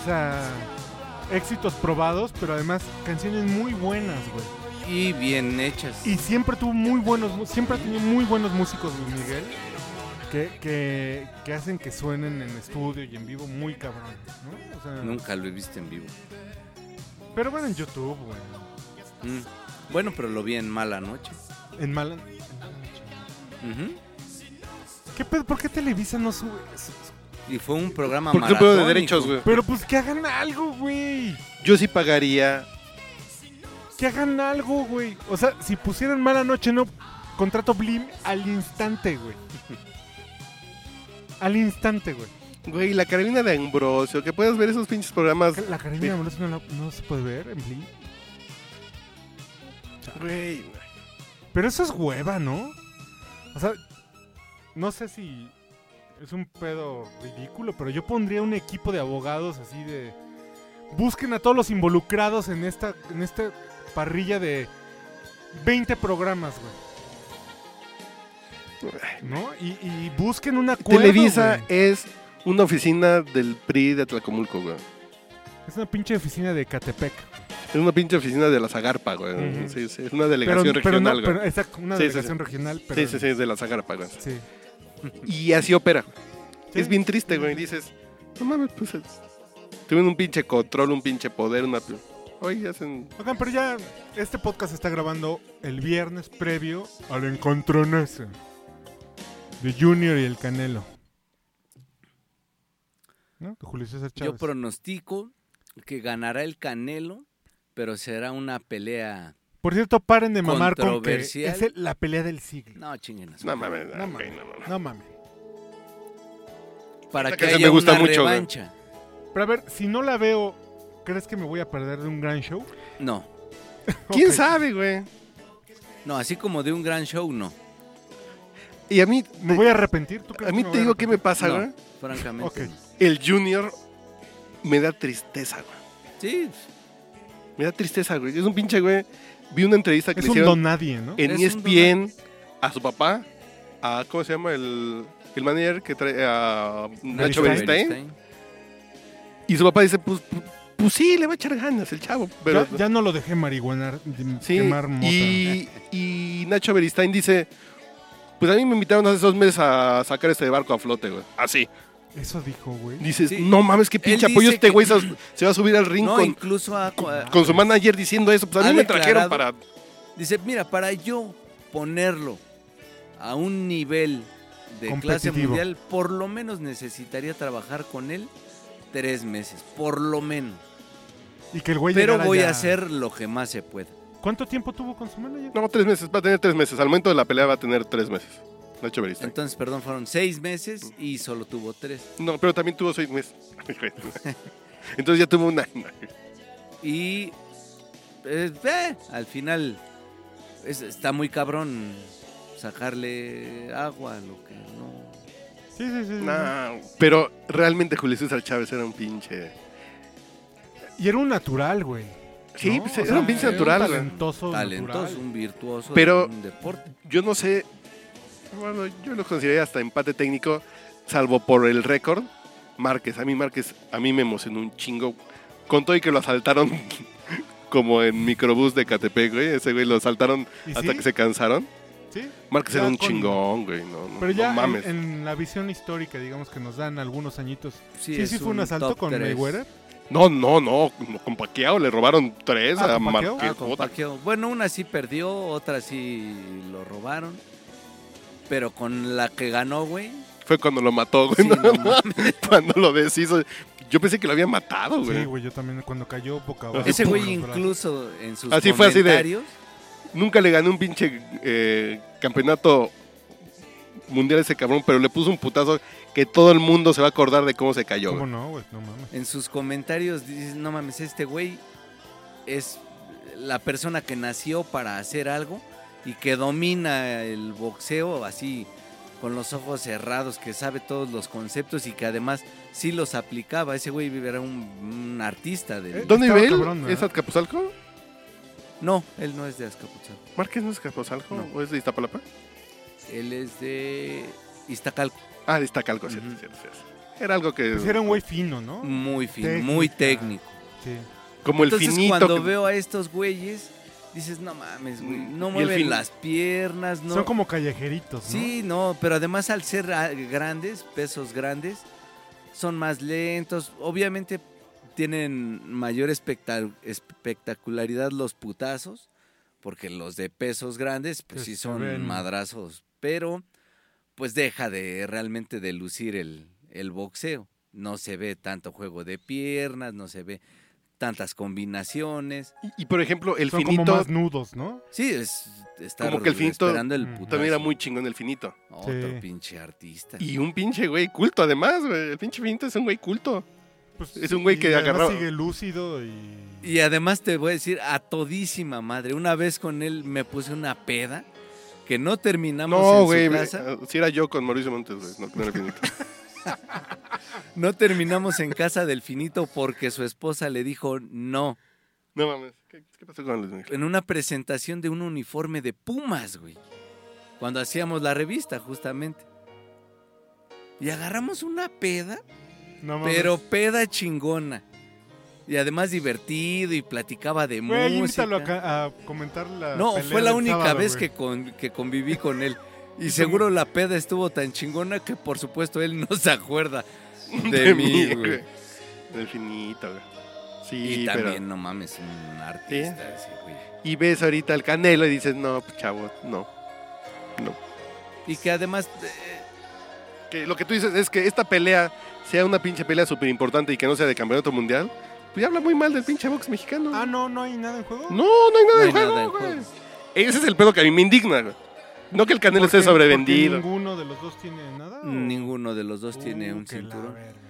S1: O sea, éxitos probados, pero además canciones muy buenas, güey.
S2: Y bien hechas.
S1: Y siempre tuvo muy buenos, mu- siempre ha tenido muy buenos músicos Luis Miguel, que, que, que hacen que suenen en estudio y en vivo muy cabrón, ¿no? O sea,
S2: Nunca lo he visto en vivo.
S1: Pero bueno, en YouTube, güey.
S2: Mm. Bueno, pero lo vi en Mala Noche.
S1: En mala...
S2: Ujú.
S1: ¿Qué pedo? ¿Por qué Televisa no sube eso?
S2: Y fue un programa
S3: ¿Por qué pedo de
S2: maratónico.
S3: derechos, güey?
S1: Pero pues que hagan algo, güey.
S3: Yo sí pagaría.
S1: Que hagan algo, güey. O sea, si pusieran mala noche, no. Contrato Blim al instante, güey. al instante, güey.
S3: Güey, la Carolina de Ambrosio, que puedas ver esos pinches programas.
S1: La Carolina de Ambrosio no, la- no se puede ver en Blim.
S3: Güey,
S1: Pero eso es hueva, ¿no? O sea, no sé si es un pedo ridículo, pero yo pondría un equipo de abogados así de... Busquen a todos los involucrados en esta, en esta parrilla de 20 programas, güey. ¿No? Y, y busquen un acuerdo,
S3: Televisa
S1: güey.
S3: es una oficina del PRI de Atlacomulco, güey.
S1: Es una pinche oficina de Catepec.
S3: Es una pinche oficina de la Zagarpa, güey.
S1: Ujú.
S3: Sí, sí, es una
S1: Pero,
S3: delegación
S1: pero no,
S3: regional, güey.
S1: pero- exacto, una
S3: Sí, sí,
S1: delegación regional, pero...
S3: sí, sí, sí, es de la Zagarpa, güey.
S1: sí.
S3: Y así opera.
S1: Sí.
S3: Es bien triste, güey. Dices, no mames, pues. es- Tienen un pinche control, un pinche poder, una. Hoy hacen.
S1: Oigan, pero ya este podcast se está grabando el viernes previo al encontronazo de Junior y el Canelo. ¿No? De Julio César Chávez.
S2: Yo pronostico que ganará el Canelo, pero será una pelea.
S1: Por cierto, paren de mamar con que es
S2: Controversial.
S1: el- la pelea del siglo.
S2: No, chinguenas.
S3: No mames,
S1: No
S3: no
S1: mames.
S3: mames. No, mames.
S1: No mames.
S2: Para
S3: Esta
S2: que
S3: canción
S2: haya
S3: me gusta
S2: una
S3: mucho, güey.
S2: revancha.
S1: Pero a ver, si no la veo, ¿crees que me voy a perder de un gran show?
S2: No,
S3: ¿Quién
S1: Ok.
S3: sabe, güey?
S2: no, así como de un gran show, no.
S3: Y a mí,
S1: Me voy a arrepentir. ¿Tú crees
S3: a mí
S1: que
S3: te
S1: voy
S3: digo qué me pasa,
S2: No,
S3: güey.
S2: francamente.
S1: Ok.
S2: no.
S3: El Junior me da tristeza, güey.
S2: Sí,
S3: Me da tristeza, güey. Es un pinche, güey. Vi una entrevista que
S1: arrepentir?
S3: le
S1: Es un don
S3: hicieron
S1: nadie, ¿no?
S3: en E
S2: Es un
S3: ESPN a su papá, a, ¿cómo se llama? El, el manager que trae a Nacho
S1: Beristain.
S3: Bernstein. Y su papá dice, pues, pu- pues sí, le va a echar ganas el chavo. Pero,
S1: ya, ya no lo dejé marihuanar, de-
S3: sí,
S1: quemar mota.
S3: y, y Nacho Beristain dice, pues a mí me invitaron hace dos meses a sacar este barco a flote, güey. Así.
S1: Eso dijo, güey.
S3: Dices,
S2: Sí.
S3: no mames, qué pinche
S2: Él
S3: apoyo
S2: dice
S3: este
S2: que-
S3: güey se, se va a subir al ring
S2: No,
S3: con,
S2: incluso a- a-
S3: con su manager diciendo eso. Pues a
S2: Ha
S3: mí me trajeron para...
S2: declarado- Dice, mira, para yo ponerlo a un nivel de clase
S1: Competitivo.
S2: mundial, por lo menos necesitaría trabajar con él tres meses, por lo menos.
S1: Y que el güey
S2: Pero
S1: llegara
S2: voy
S1: ya-
S2: a hacer lo que más se pueda.
S1: ¿Cuánto tiempo tuvo con su manager?
S3: No, tres meses, va a tener tres meses. Al momento de la pelea va a tener tres meses. Nacho Beristain.
S2: Entonces, perdón, fueron seis meses y solo tuvo tres.
S3: No, pero también tuvo seis meses. Entonces ya tuvo un año.
S2: Y eh, eh, al final es- está muy cabrón sacarle agua, a lo que no.
S1: Sí, sí, sí. sí.
S3: Nah, pero realmente Julio César Chávez era un pinche...
S1: Y era un natural, güey.
S3: Sí,
S1: ¿no?
S3: pues,
S1: O
S3: era
S1: sea,
S3: un pinche
S1: era
S3: natural. güey.
S1: talentoso.
S2: Talentoso,
S1: natural.
S2: un virtuoso
S3: Pero-
S2: de un deporte.
S3: Yo no sé, bueno, yo lo consideré hasta empate técnico, salvo por el récord. Márquez, a mí Márquez, a mí me emocionó un chingo. Con todo y que lo asaltaron como en microbús de Catepec, güey. Ese güey lo asaltaron
S1: ¿Y
S3: hasta
S1: sí?
S3: que se cansaron.
S1: Sí.
S3: Márquez
S1: Ya
S3: era un
S1: con-
S3: chingón, güey. No, no,
S1: Pero ya
S3: no
S1: en-
S3: mames.
S1: En, la visión histórica, digamos, que nos dan algunos añitos. Sí, sí,
S2: es
S1: fue un asalto
S2: top
S1: con
S2: tres.
S1: Mayweather.
S3: No, no, no. Con Paquiao le robaron tres
S1: Ah,
S3: a
S1: ¿con Pacquiao?
S2: Ah,
S3: Márquez.
S2: con
S3: puta.
S2: Pacquiao. Bueno, una sí perdió, otra sí lo robaron. Pero con la que ganó, güey.
S3: Fue cuando lo mató, güey.
S2: Sí,
S3: ¿no?
S2: no mames.
S3: cuando lo deshizo. Yo pensé que lo había matado, güey.
S1: Sí, güey, yo también cuando cayó boca abajo.
S2: Ese güey
S1: Por atrás.
S2: incluso en sus
S3: Así fue así de-
S2: comentarios.
S3: Nunca le ganó un pinche eh, campeonato mundial a ese cabrón, pero le puso un putazo que todo el mundo se va a acordar de cómo se cayó.
S1: ¿Cómo
S3: güey.
S1: no, güey? No mames.
S2: En sus comentarios dices, no mames, este güey es la persona que nació para hacer algo y que domina el boxeo así con los ojos cerrados, que sabe todos los conceptos y que además sí los aplicaba. Ese güey era un, un artista del...
S1: Eh,
S3: ¿Dónde
S1: Estaba
S3: vive él?
S1: cabrón, ¿verdad?
S3: ¿Es Azcapotzalco?
S2: No, él no es de Azcapotzalco.
S3: ¿Márquez no es Azcapotzalco?
S2: No.
S3: ¿O es de Iztapalapa?
S2: Él es de Iztacalco.
S3: Ah, de Iztacalco, cierto,
S2: Ujú.
S3: cierto, cierto. Era algo que...
S1: Pues era un güey fino, ¿no?
S2: Muy fino,
S1: Técnica.
S2: muy técnico.
S1: Sí.
S3: Como el
S2: Entonces
S3: finito.
S2: cuando
S3: que-
S2: veo a estos güeyes, dices, no mames, güey,
S3: Mm, y
S2: no
S3: el
S2: mueven
S3: fin-
S2: las piernas, no.
S1: Son como callejeritos, ¿no?
S2: Sí, no, pero además al ser ah, grandes, pesos grandes, son más lentos. Obviamente tienen mayor especta- espectacularidad los putazos, porque los de pesos grandes, pues
S1: Que
S2: sí
S1: se
S2: son
S1: ven.
S2: madrazos, pero pues deja de realmente de lucir el, el boxeo. No se ve tanto juego de piernas, no se ve tantas combinaciones.
S3: Y, y, por ejemplo, el
S1: Son
S3: finito
S1: como más nudos, ¿no?
S2: Sí, es estar
S3: Como que el finito
S2: esperando el
S1: mm,
S2: putazo.
S3: también era muy chingón el finito.
S2: Otro
S1: Sí.
S2: pinche artista.
S3: Y un pinche güey culto, además, güey. El pinche finito es un güey culto.
S1: Pues,
S3: Es un güey
S1: y
S3: que
S1: además
S3: agarraba-
S1: sigue lúcido y...
S2: Y además te voy a decir a todísima madre. Una vez con él me puse una peda que no terminamos
S3: No,
S2: en
S3: güey.
S2: su
S3: me-
S2: casa.
S3: ah, Si era yo con Mauricio Montes, güey. No, no era el finito.
S2: No terminamos en casa del finito porque su esposa le dijo no.
S3: no mames. ¿Qué, qué pasó con Luis Miguel?
S2: En una presentación de un uniforme de Pumas, güey. Cuando hacíamos la revista, justamente. Y agarramos una peda,
S1: No mames.
S2: pero peda chingona. Y además divertido y platicaba de
S1: Güey,
S2: música.
S1: invítalo a, ca- a comentar la
S2: No,
S1: pelea
S2: fue la
S1: del
S2: única
S1: Ah, sábado,
S2: vez
S1: güey.
S2: que, con- que conviví con él. Y seguro la peda estuvo tan chingona que por supuesto él no se acuerda de, mí, güey.
S3: Del finito, güey. Sí,
S2: Y
S3: pero.
S2: también, no mames, un artista ese güey.
S3: Y ves ahorita al canelo y dices, no, pues chavo, no.
S2: Y que además, eh,
S3: Que lo que tú dices es que esta pelea sea una pinche pelea súper importante y que no sea de campeonato mundial, pues ya habla muy mal del pinche box mexicano.
S1: Ah, no, no hay nada en juego.
S3: No, no hay nada
S2: no
S3: de
S2: hay
S3: juego,
S2: nada en
S3: güey.
S2: juego.
S3: Ese es el pedo que a mí me indigna, güey. No que el canelo esté
S1: Porque-
S3: sobrevendido.
S1: porque Ninguno de los dos tiene nada. ¿o?
S2: Ninguno de los dos tiene
S1: Mm. Uh,
S2: un
S1: que la
S2: cinturón.
S1: verga.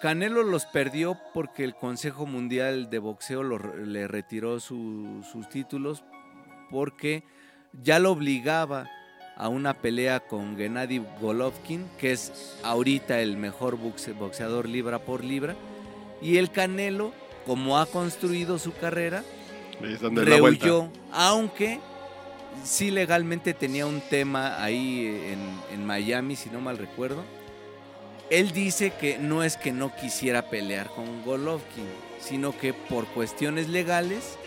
S2: Canelo los perdió porque el Consejo Mundial de Boxeo lo re- le retiró su- sus títulos porque ya lo obligaba a una pelea con Gennady Golovkin, que es ahorita el mejor boxe- boxeador libra por libra. Y el Canelo, como ha construido su carrera,
S3: Es dando la vuelta.
S2: rehuyó, aunque sí legalmente tenía un tema ahí en, en Miami, si no mal recuerdo. Él dice que no es que no quisiera pelear con Golovkin, sino que por cuestiones legales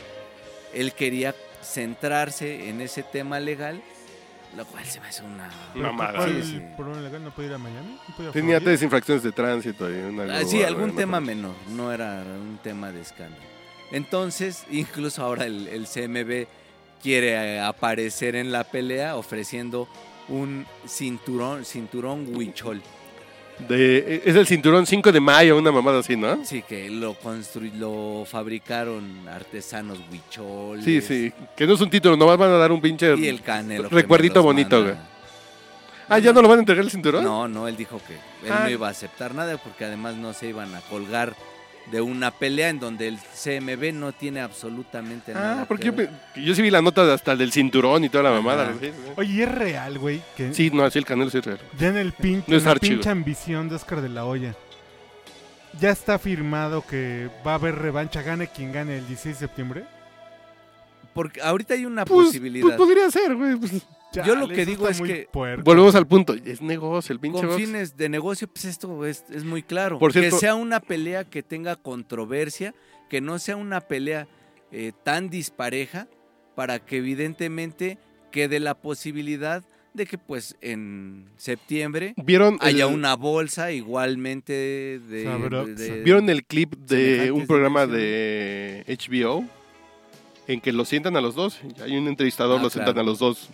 S2: él quería centrarse en ese tema legal, lo cual se me hace una...
S1: Pero
S3: Mamada.
S1: ¿Cuál
S2: Sí, sí.
S1: problema legal? ¿No puede ir a Miami? ¿No puede ir a
S3: Tenía
S1: Florida?
S3: tres infracciones de tránsito. Y una
S2: Ah, sí,
S3: grúa,
S2: algún
S3: güey,
S2: tema
S3: no sé.
S2: menor, no era un tema de escándalo. Entonces, incluso ahora el, el CMB quiere eh, aparecer en la pelea ofreciendo un cinturón, cinturón huichol.
S3: De- eh, es el cinturón 5 de mayo, una mamada así, ¿no?
S2: Sí, que lo construy, lo fabricaron artesanos huichol.
S3: Sí, sí. Que no es un título, nomás van a dar un pinche.
S2: Y el canelo. que
S3: Recuerdito
S2: me los
S3: bonito,
S2: manda.
S3: Ah, ya no lo van a entregar el cinturón.
S2: No, no, él dijo que él
S3: Ah.
S2: no iba a aceptar nada porque además no se iban a colgar de una pelea en donde el CMB no tiene absolutamente nada.
S3: Ah, porque
S2: que
S3: yo,
S2: ver.
S3: pe- yo sí vi la nota hasta del cinturón y toda la
S2: Ajá.
S3: mamada. Sí, sí.
S1: Oye, ¿y es real, güey, que
S3: Sí, no, sí, el canelo sí es real.
S1: ya en el pin,
S3: No es
S1: en la
S3: Archie,
S1: pinche ambición de Oscar de la Hoya, ya está firmado que va a haber revancha, gane quien gane el 16 de septiembre.
S2: Porque ahorita hay una
S3: Pues, pues
S2: posibilidad.
S3: podría ser, güey. pues.
S2: Yo lo que
S1: eso
S2: digo
S1: está
S2: es
S1: muy
S2: que-
S1: puerco.
S3: volvemos al punto. Es negocio, el pinche
S2: con
S3: box.
S2: fines de negocio, pues esto es, es muy claro.
S3: Por cierto-
S2: que sea una pelea que tenga controversia, que no sea una pelea eh, tan dispareja, para que evidentemente quede la posibilidad de que pues en septiembre
S3: ¿Vieron el,
S2: haya una bolsa igualmente de...
S1: Sabrosa.
S2: de-
S3: ¿Vieron el clip de
S2: semejantes
S3: un programa de
S2: dimensiones.
S3: HBO? En que los sientan a los dos. Hay un entrevistador,
S2: Ah,
S3: los
S2: claro.
S3: sientan a los dos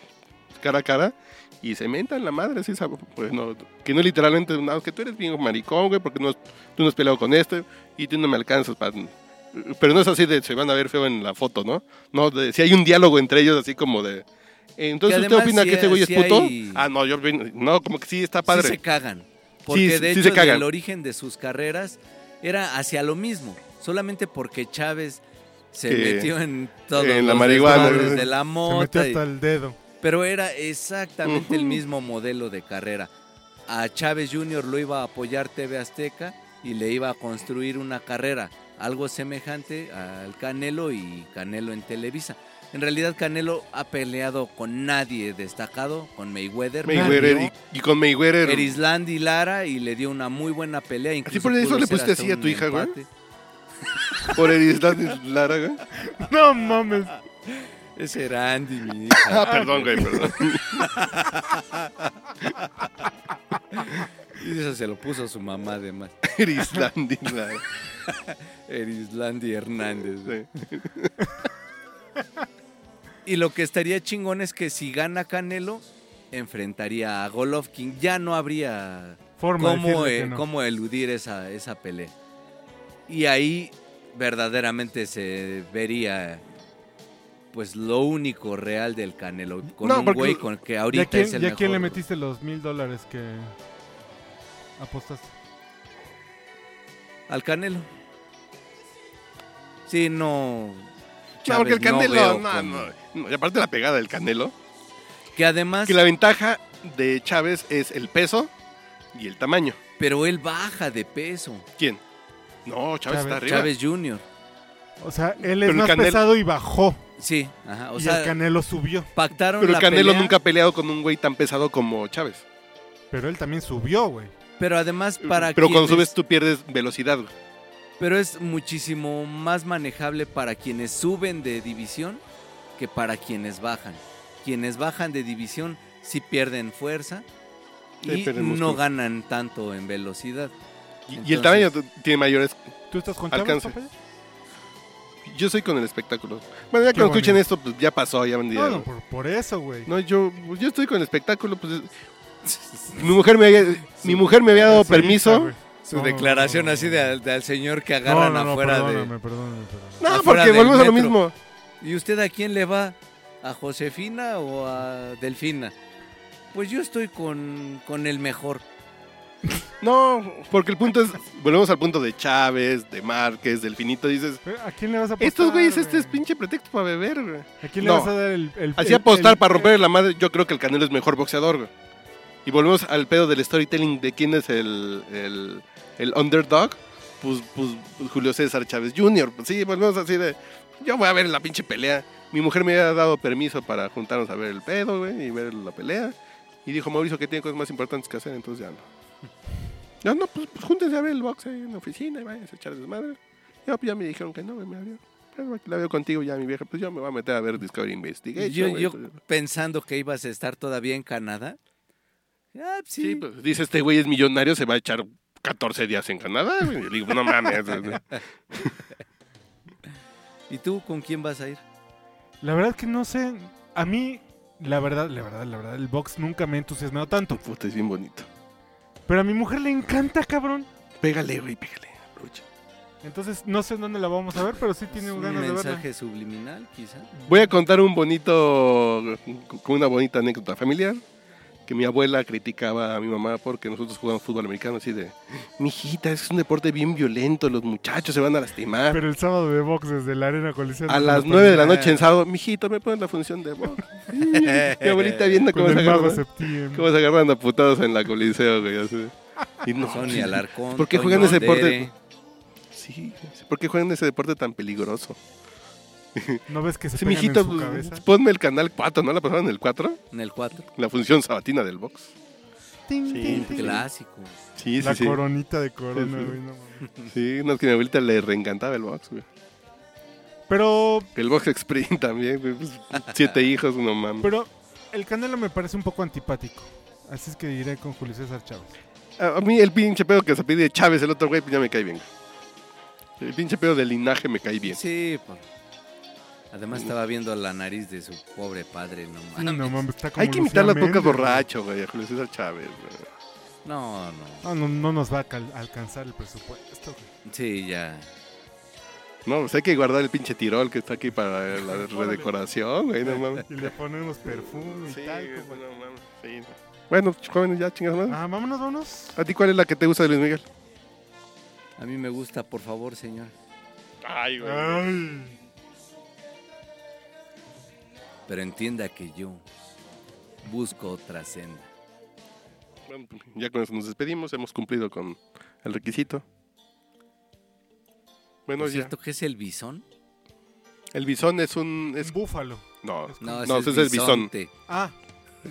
S3: cara a cara. Y se mentan la madre, así, ¿sabes? Pues no, que no literalmente, no, que tú eres bien maricón, güey, porque no, has- tú no has peleado con este y tú no me alcanzas. pa- Pero no es así de se van a ver feo en la foto, ¿no? No, de- si hay un diálogo entre ellos, así como de. eh, Entonces,
S2: Que
S3: ¿usted
S2: además
S3: opina
S2: sí
S3: que este
S2: hay-
S3: güey
S2: sí
S3: es puto?
S2: hay-
S3: Ah, no, yo. opino- No, como que sí está
S2: Sí
S3: Ah, padre.
S2: se cagan. Porque
S3: Sí,
S2: de
S3: sí
S2: hecho
S3: se cagan.
S2: el origen de sus carreras era hacia lo mismo. Solamente porque Chávez se
S3: Que-
S2: metió en todos
S3: en la
S2: los
S3: marihuana,
S2: desmadres
S3: güey.
S2: de la
S1: Se metió
S2: mota. y-
S1: hasta el dedo.
S2: pero era exactamente el
S3: Ujú.
S2: mismo modelo de carrera. A Chávez Jr. lo iba a apoyar TV Azteca y le iba a construir una carrera. Algo semejante al Canelo y Canelo en Televisa. En realidad Canelo ha peleado con nadie destacado, con Mayweather.
S3: Mayweather
S2: perdió.
S3: y, y con Mayweather.
S2: Erisland y Lara y le dio una muy buena pelea. Incluso
S3: por eso
S2: pudo
S3: le
S2: ser
S3: pusiste
S2: hasta
S3: así a
S2: un
S3: tu hija, güey?
S2: empate.
S3: Por Erisland Lara, güey.
S1: No mames.
S2: Ese era Andy, mi hija.
S3: Ah, perdón, güey, perdón.
S2: Y eso se lo puso su mamá además.
S3: Erislandi Lara.
S2: Erisland y Hernández. güey.
S3: Sí.
S2: Y lo que estaría chingón es que si gana Canelo, enfrentaría a Golovkin. Ya no habría
S1: Forma de
S2: cómo,
S1: decirle
S2: eh,
S1: que no.
S2: cómo eludir esa, esa pelea. Y ahí verdaderamente se vería pues lo único real del Canelo. Con
S3: No,
S2: un
S3: porque-
S2: güey con que
S1: ¿Y
S2: ahorita
S1: a quién,
S2: es el
S1: y a quién le
S2: mejor.
S1: metiste los mil dólares que apostaste?
S2: Al Canelo. Sí, no.
S3: No,
S2: Chávez,
S3: porque el
S2: veo
S3: Canelo, no,
S2: cómo.
S3: no, no. Y aparte la pegada del Canelo.
S2: Que además,
S3: Que la ventaja de Chávez es el peso y el tamaño.
S2: pero él baja de peso.
S3: ¿Quién? No, Chávez
S1: Chávez.
S3: está arriba.
S2: Chávez Jr.
S1: O sea, él
S3: Pero
S1: es
S3: el
S1: más
S3: Canelo-
S1: pesado y bajó.
S2: Sí, ajá. O
S1: y
S2: sea,
S1: el Canelo subió.
S2: pactaron
S3: Pero el
S2: la
S3: Canelo
S2: pelea,
S3: nunca ha peleado con un güey tan pesado como Chávez.
S1: Pero él también subió, güey.
S2: Pero además, para
S3: Pero cuando
S2: quienes-
S3: subes tú pierdes velocidad. güey.
S2: Pero es muchísimo más manejable para quienes suben de división que para quienes bajan. Quienes bajan de división sí pierden fuerza
S3: Sí,
S2: y
S3: pierden
S2: no
S3: músculo.
S2: ganan tanto en velocidad.
S3: Y, y el
S2: Entonces-
S3: tamaño t- tiene mayores.
S1: ¿Tú estás con Chávez,
S3: Alcance.
S1: papá?
S3: Yo soy con el espectáculo. Bueno, ya
S1: Qué
S3: cuando escuchen
S1: bueno.
S3: esto, pues ya pasó, ya vendí.
S1: No, no, por, por eso, güey.
S3: No, yo, pues, yo estoy con el espectáculo, pues es- mi mujer me había, mi mujer me había dado
S1: Sí,
S3: permiso.
S1: güey.
S2: Su
S1: No, no,
S2: declaración
S1: no, no,
S2: así
S1: no.
S2: de al, de al señor que
S1: No,
S2: agarran
S1: no, no,
S2: afuera
S1: perdóname, perdóname, perdóname.
S3: No,
S2: Afuera
S3: porque
S2: del
S3: volvemos a lo
S2: metro.
S3: mismo.
S2: de... ¿Y usted a quién le va? ¿A Josefina o a Delfina? Pues yo estoy con, con el mejor.
S3: No, porque el punto es, volvemos al punto de Chávez, de Márquez, del Finito, dices,
S1: Pero, ¿A quién le vas a apostar?
S3: estos güeyes,
S1: güey?
S3: este es pinche pretexto para beber, güey.
S1: ¿A quién
S3: No.
S1: le vas a dar el. el
S3: Así
S1: el-
S3: apostar
S1: el-
S3: para romper la madre, yo creo que el Canelo es mejor boxeador, güey. Y volvemos al pedo del storytelling de quién es el, el, el underdog. Pues, pues, pues, Julio César Chávez Jr. Pues sí, volvemos así de. Yo voy a ver la pinche pelea. Mi mujer me había dado permiso para juntarnos a ver el pedo, güey, y ver la pelea. Y dijo Mauricio que tiene cosas más importantes que hacer, entonces ya no. No, no, pues, pues júntense a ver el box ahí en la oficina y vayan a echar desmadre. Ya, pues, ya me dijeron que no, güey, me abrió. Pero la veo contigo ya, mi vieja. Pues yo me voy a meter a ver Discovery Investigation.
S2: Yo,
S3: güey,
S2: yo
S3: pues.
S2: pensando que ibas a estar todavía en Canadá. Ah, sí.
S3: Sí, pues, dice este güey es millonario, se va a echar 14 días en Canadá. güey. Y le digo, no mames. güey.
S2: ¿Y tú con quién vas a ir?
S1: La verdad que no sé. A mí, la verdad, la verdad, la verdad, el box nunca me ha entusiasmado tanto.
S3: Puta, es bien bonito.
S1: Pero a mi mujer le encanta, cabrón.
S3: Pégale, güey, pégale. aprovecha.
S1: Entonces no sé en dónde la vamos a ver, pero sí tiene
S2: un
S1: ganas de verla.
S2: mensaje subliminal, quizá.
S3: Voy a contar un bonito, con una bonita anécdota familiar. Que mi abuela criticaba a mi mamá porque nosotros jugábamos fútbol americano así de, mijita, es un deporte bien violento, los muchachos se van a lastimar.
S1: Pero el sábado de box desde la arena colisión.
S3: a las 9 de la noche en sábado, mijito, me ponen la función de box. Sí, mi abuelita viendo cómo
S1: Con
S3: se
S1: el mago
S3: agarran,
S1: septiembre.
S3: eh? cómo se agarran a putados en la coliseo, güey. así. Y no, sí.
S2: Sonia Alarcón.
S3: ¿Por qué
S2: Toño
S3: juegan ese deporte?
S2: Andere.
S3: Sí, ¿por qué juegan ese deporte tan peligroso?
S1: ¿No ves que se
S3: Sí,
S1: pegan
S3: mijito,
S1: en su
S3: pues,
S1: cabeza?
S3: ponme el canal 4, ¿no? La pasaron en el 4,
S2: En el 4.
S3: la función sabatina del box.
S1: Ting, ting, ting.
S2: Clásico.
S3: Sí,
S1: La
S3: sí,
S1: coronita de corona,
S3: Sí, sí.
S1: güey, no mames.
S3: sí. Sí, no, es que a mi abuelita le reencantaba el box, güey.
S1: Pero,
S3: El box sprint también, güey. pues, siete hijos, no mames.
S1: pero el Canelo me parece un poco antipático. Así es que iré con Julio César Chávez.
S3: A, a mí el pinche pedo que se pide Chávez, el otro güey, pues ya me cae bien. El pinche pedo del linaje me cae bien.
S2: Sí, por- Además estaba viendo la nariz de su pobre padre, no
S1: Sí,
S2: mames.
S1: no mames, está como
S3: pues, Hay que
S1: Lucía
S3: imitar las bocas
S1: Méndez, güey.
S3: borracho, güey, a Julio César Chávez, güey.
S2: No, no.
S1: No, no, no nos va a cal- alcanzar el presupuesto. güey.
S2: Sí, ya.
S3: No, pues hay que guardar el pinche tirol que está aquí para la redecoración, güey, no mames.
S1: Y le ponemos perfume y
S3: Sí,
S1: tal.
S3: güey,
S1: como-
S3: no mames, sí. Bueno, jóvenes, ya chingas más.
S1: Ah, vámonos, vámonos.
S3: ¿A ti cuál es la que te gusta de Luis Miguel?
S2: A mí me gusta, por favor, señor.
S3: Ay,
S1: Ah, Ay.
S2: Pero entienda que yo busco otra senda.
S3: Bueno, pues, ya con eso nos despedimos, hemos cumplido con el requisito. Bueno,
S2: ¿Es
S3: ya.
S2: cierto que es el bisón?
S3: El bisón es un.
S1: Es
S3: Es,
S1: búfalo.
S3: no,
S2: No, es,
S3: no,
S2: el,
S3: ese es el bisón.
S2: bisonte.
S1: Ah,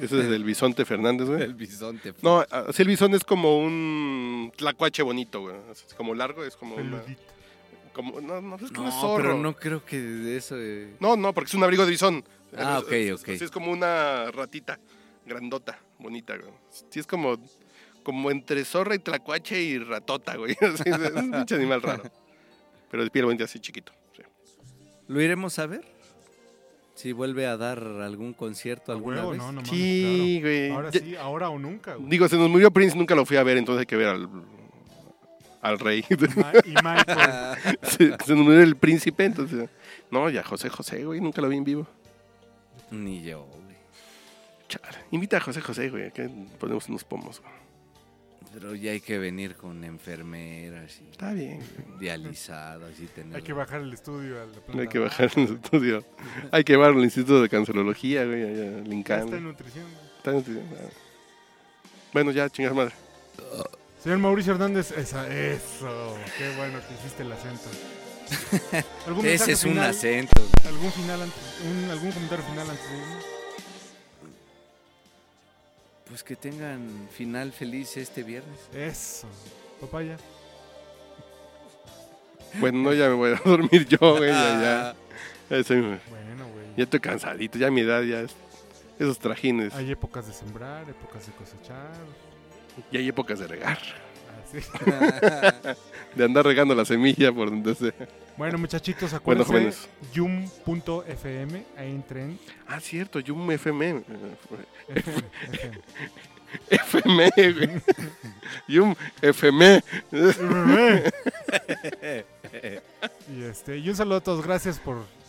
S3: Ese es el bisonte Fernández, güey.
S2: El bisonte.
S3: No, así el bisón es como un tlacuache bonito, güey. Es como largo, es como. una-
S1: peludito.
S3: como no, no, es que no,
S2: No,
S3: es zorro.
S2: pero no creo que de eso... eh,
S3: No, no, porque es un abrigo de bisón.
S2: Ah,
S3: Es-
S2: ok,
S3: es-
S2: ok.
S3: Sí, es como una ratita grandota, bonita, güey. Sí, es como, como entre zorra y tlacuache y ratota, güey. Sí, es un pinche animal raro. Pero de piel bonita, así chiquito. sí.
S2: ¿Lo iremos a ver? Si vuelve a dar algún concierto
S1: A
S2: alguna
S1: huevo,
S2: vez.
S1: no, no mames,
S3: Sí,
S1: claro.
S3: güey.
S1: Ahora
S3: Ya-
S1: sí, ahora o nunca, güey.
S3: Digo, se nos murió Prince, nunca lo fui a ver, entonces hay que ver al, al rey.
S1: Ma- y Michael.
S3: se, se nos murió el príncipe, entonces. No, ya José José, güey, nunca lo vi en vivo.
S2: Ni yo, güey.
S3: Chale. Invita a José José, güey, que ponemos unos pomos, güey.
S2: Pero ya hay que venir con enfermeras y
S3: Está bien, güey.
S2: dializadas y tener...
S1: Hay que bajar el estudio a la planta.
S3: Hay que bajar en el estudio. Hay que llevarlo al Instituto de Cancerología, güey, allá en
S1: Ya
S3: Lincoln.
S1: está en nutrición. güey.
S3: Está en institución, ah. Bueno, ya, chingada madre.
S1: Señor Mauricio Hernández, esa, eso. Qué bueno que hiciste el acento. ¿Algún
S2: Ese
S1: mensaje
S2: es un
S1: final?
S2: acento.
S1: ¿Algún, final antes, un- ¿Algún comentario final antes de irnos?
S2: Pues que tengan final feliz este viernes.
S1: Eso. Papaya.
S3: Bueno, no, ya me voy a dormir yo, güey.
S1: Ah.
S3: Ya, ya. Ya, soy-
S1: Bueno, güey.
S3: ya estoy cansadito, ya mi edad, ya. es- Esos trajines.
S1: Hay épocas de sembrar, épocas de cosechar.
S3: Y hay épocas de regar.
S1: Así.
S3: De andar regando la semilla por donde sea.
S1: Bueno, muchachitos,
S3: Bueno,
S1: acuérdense.
S3: jóvenes.
S1: yum.fm, ahí entren.
S3: Ah, cierto, yo un eh, FM.
S1: FM, FM.
S3: FM, güey. Y un FM.
S1: y, este, y un saludo a todos, gracias por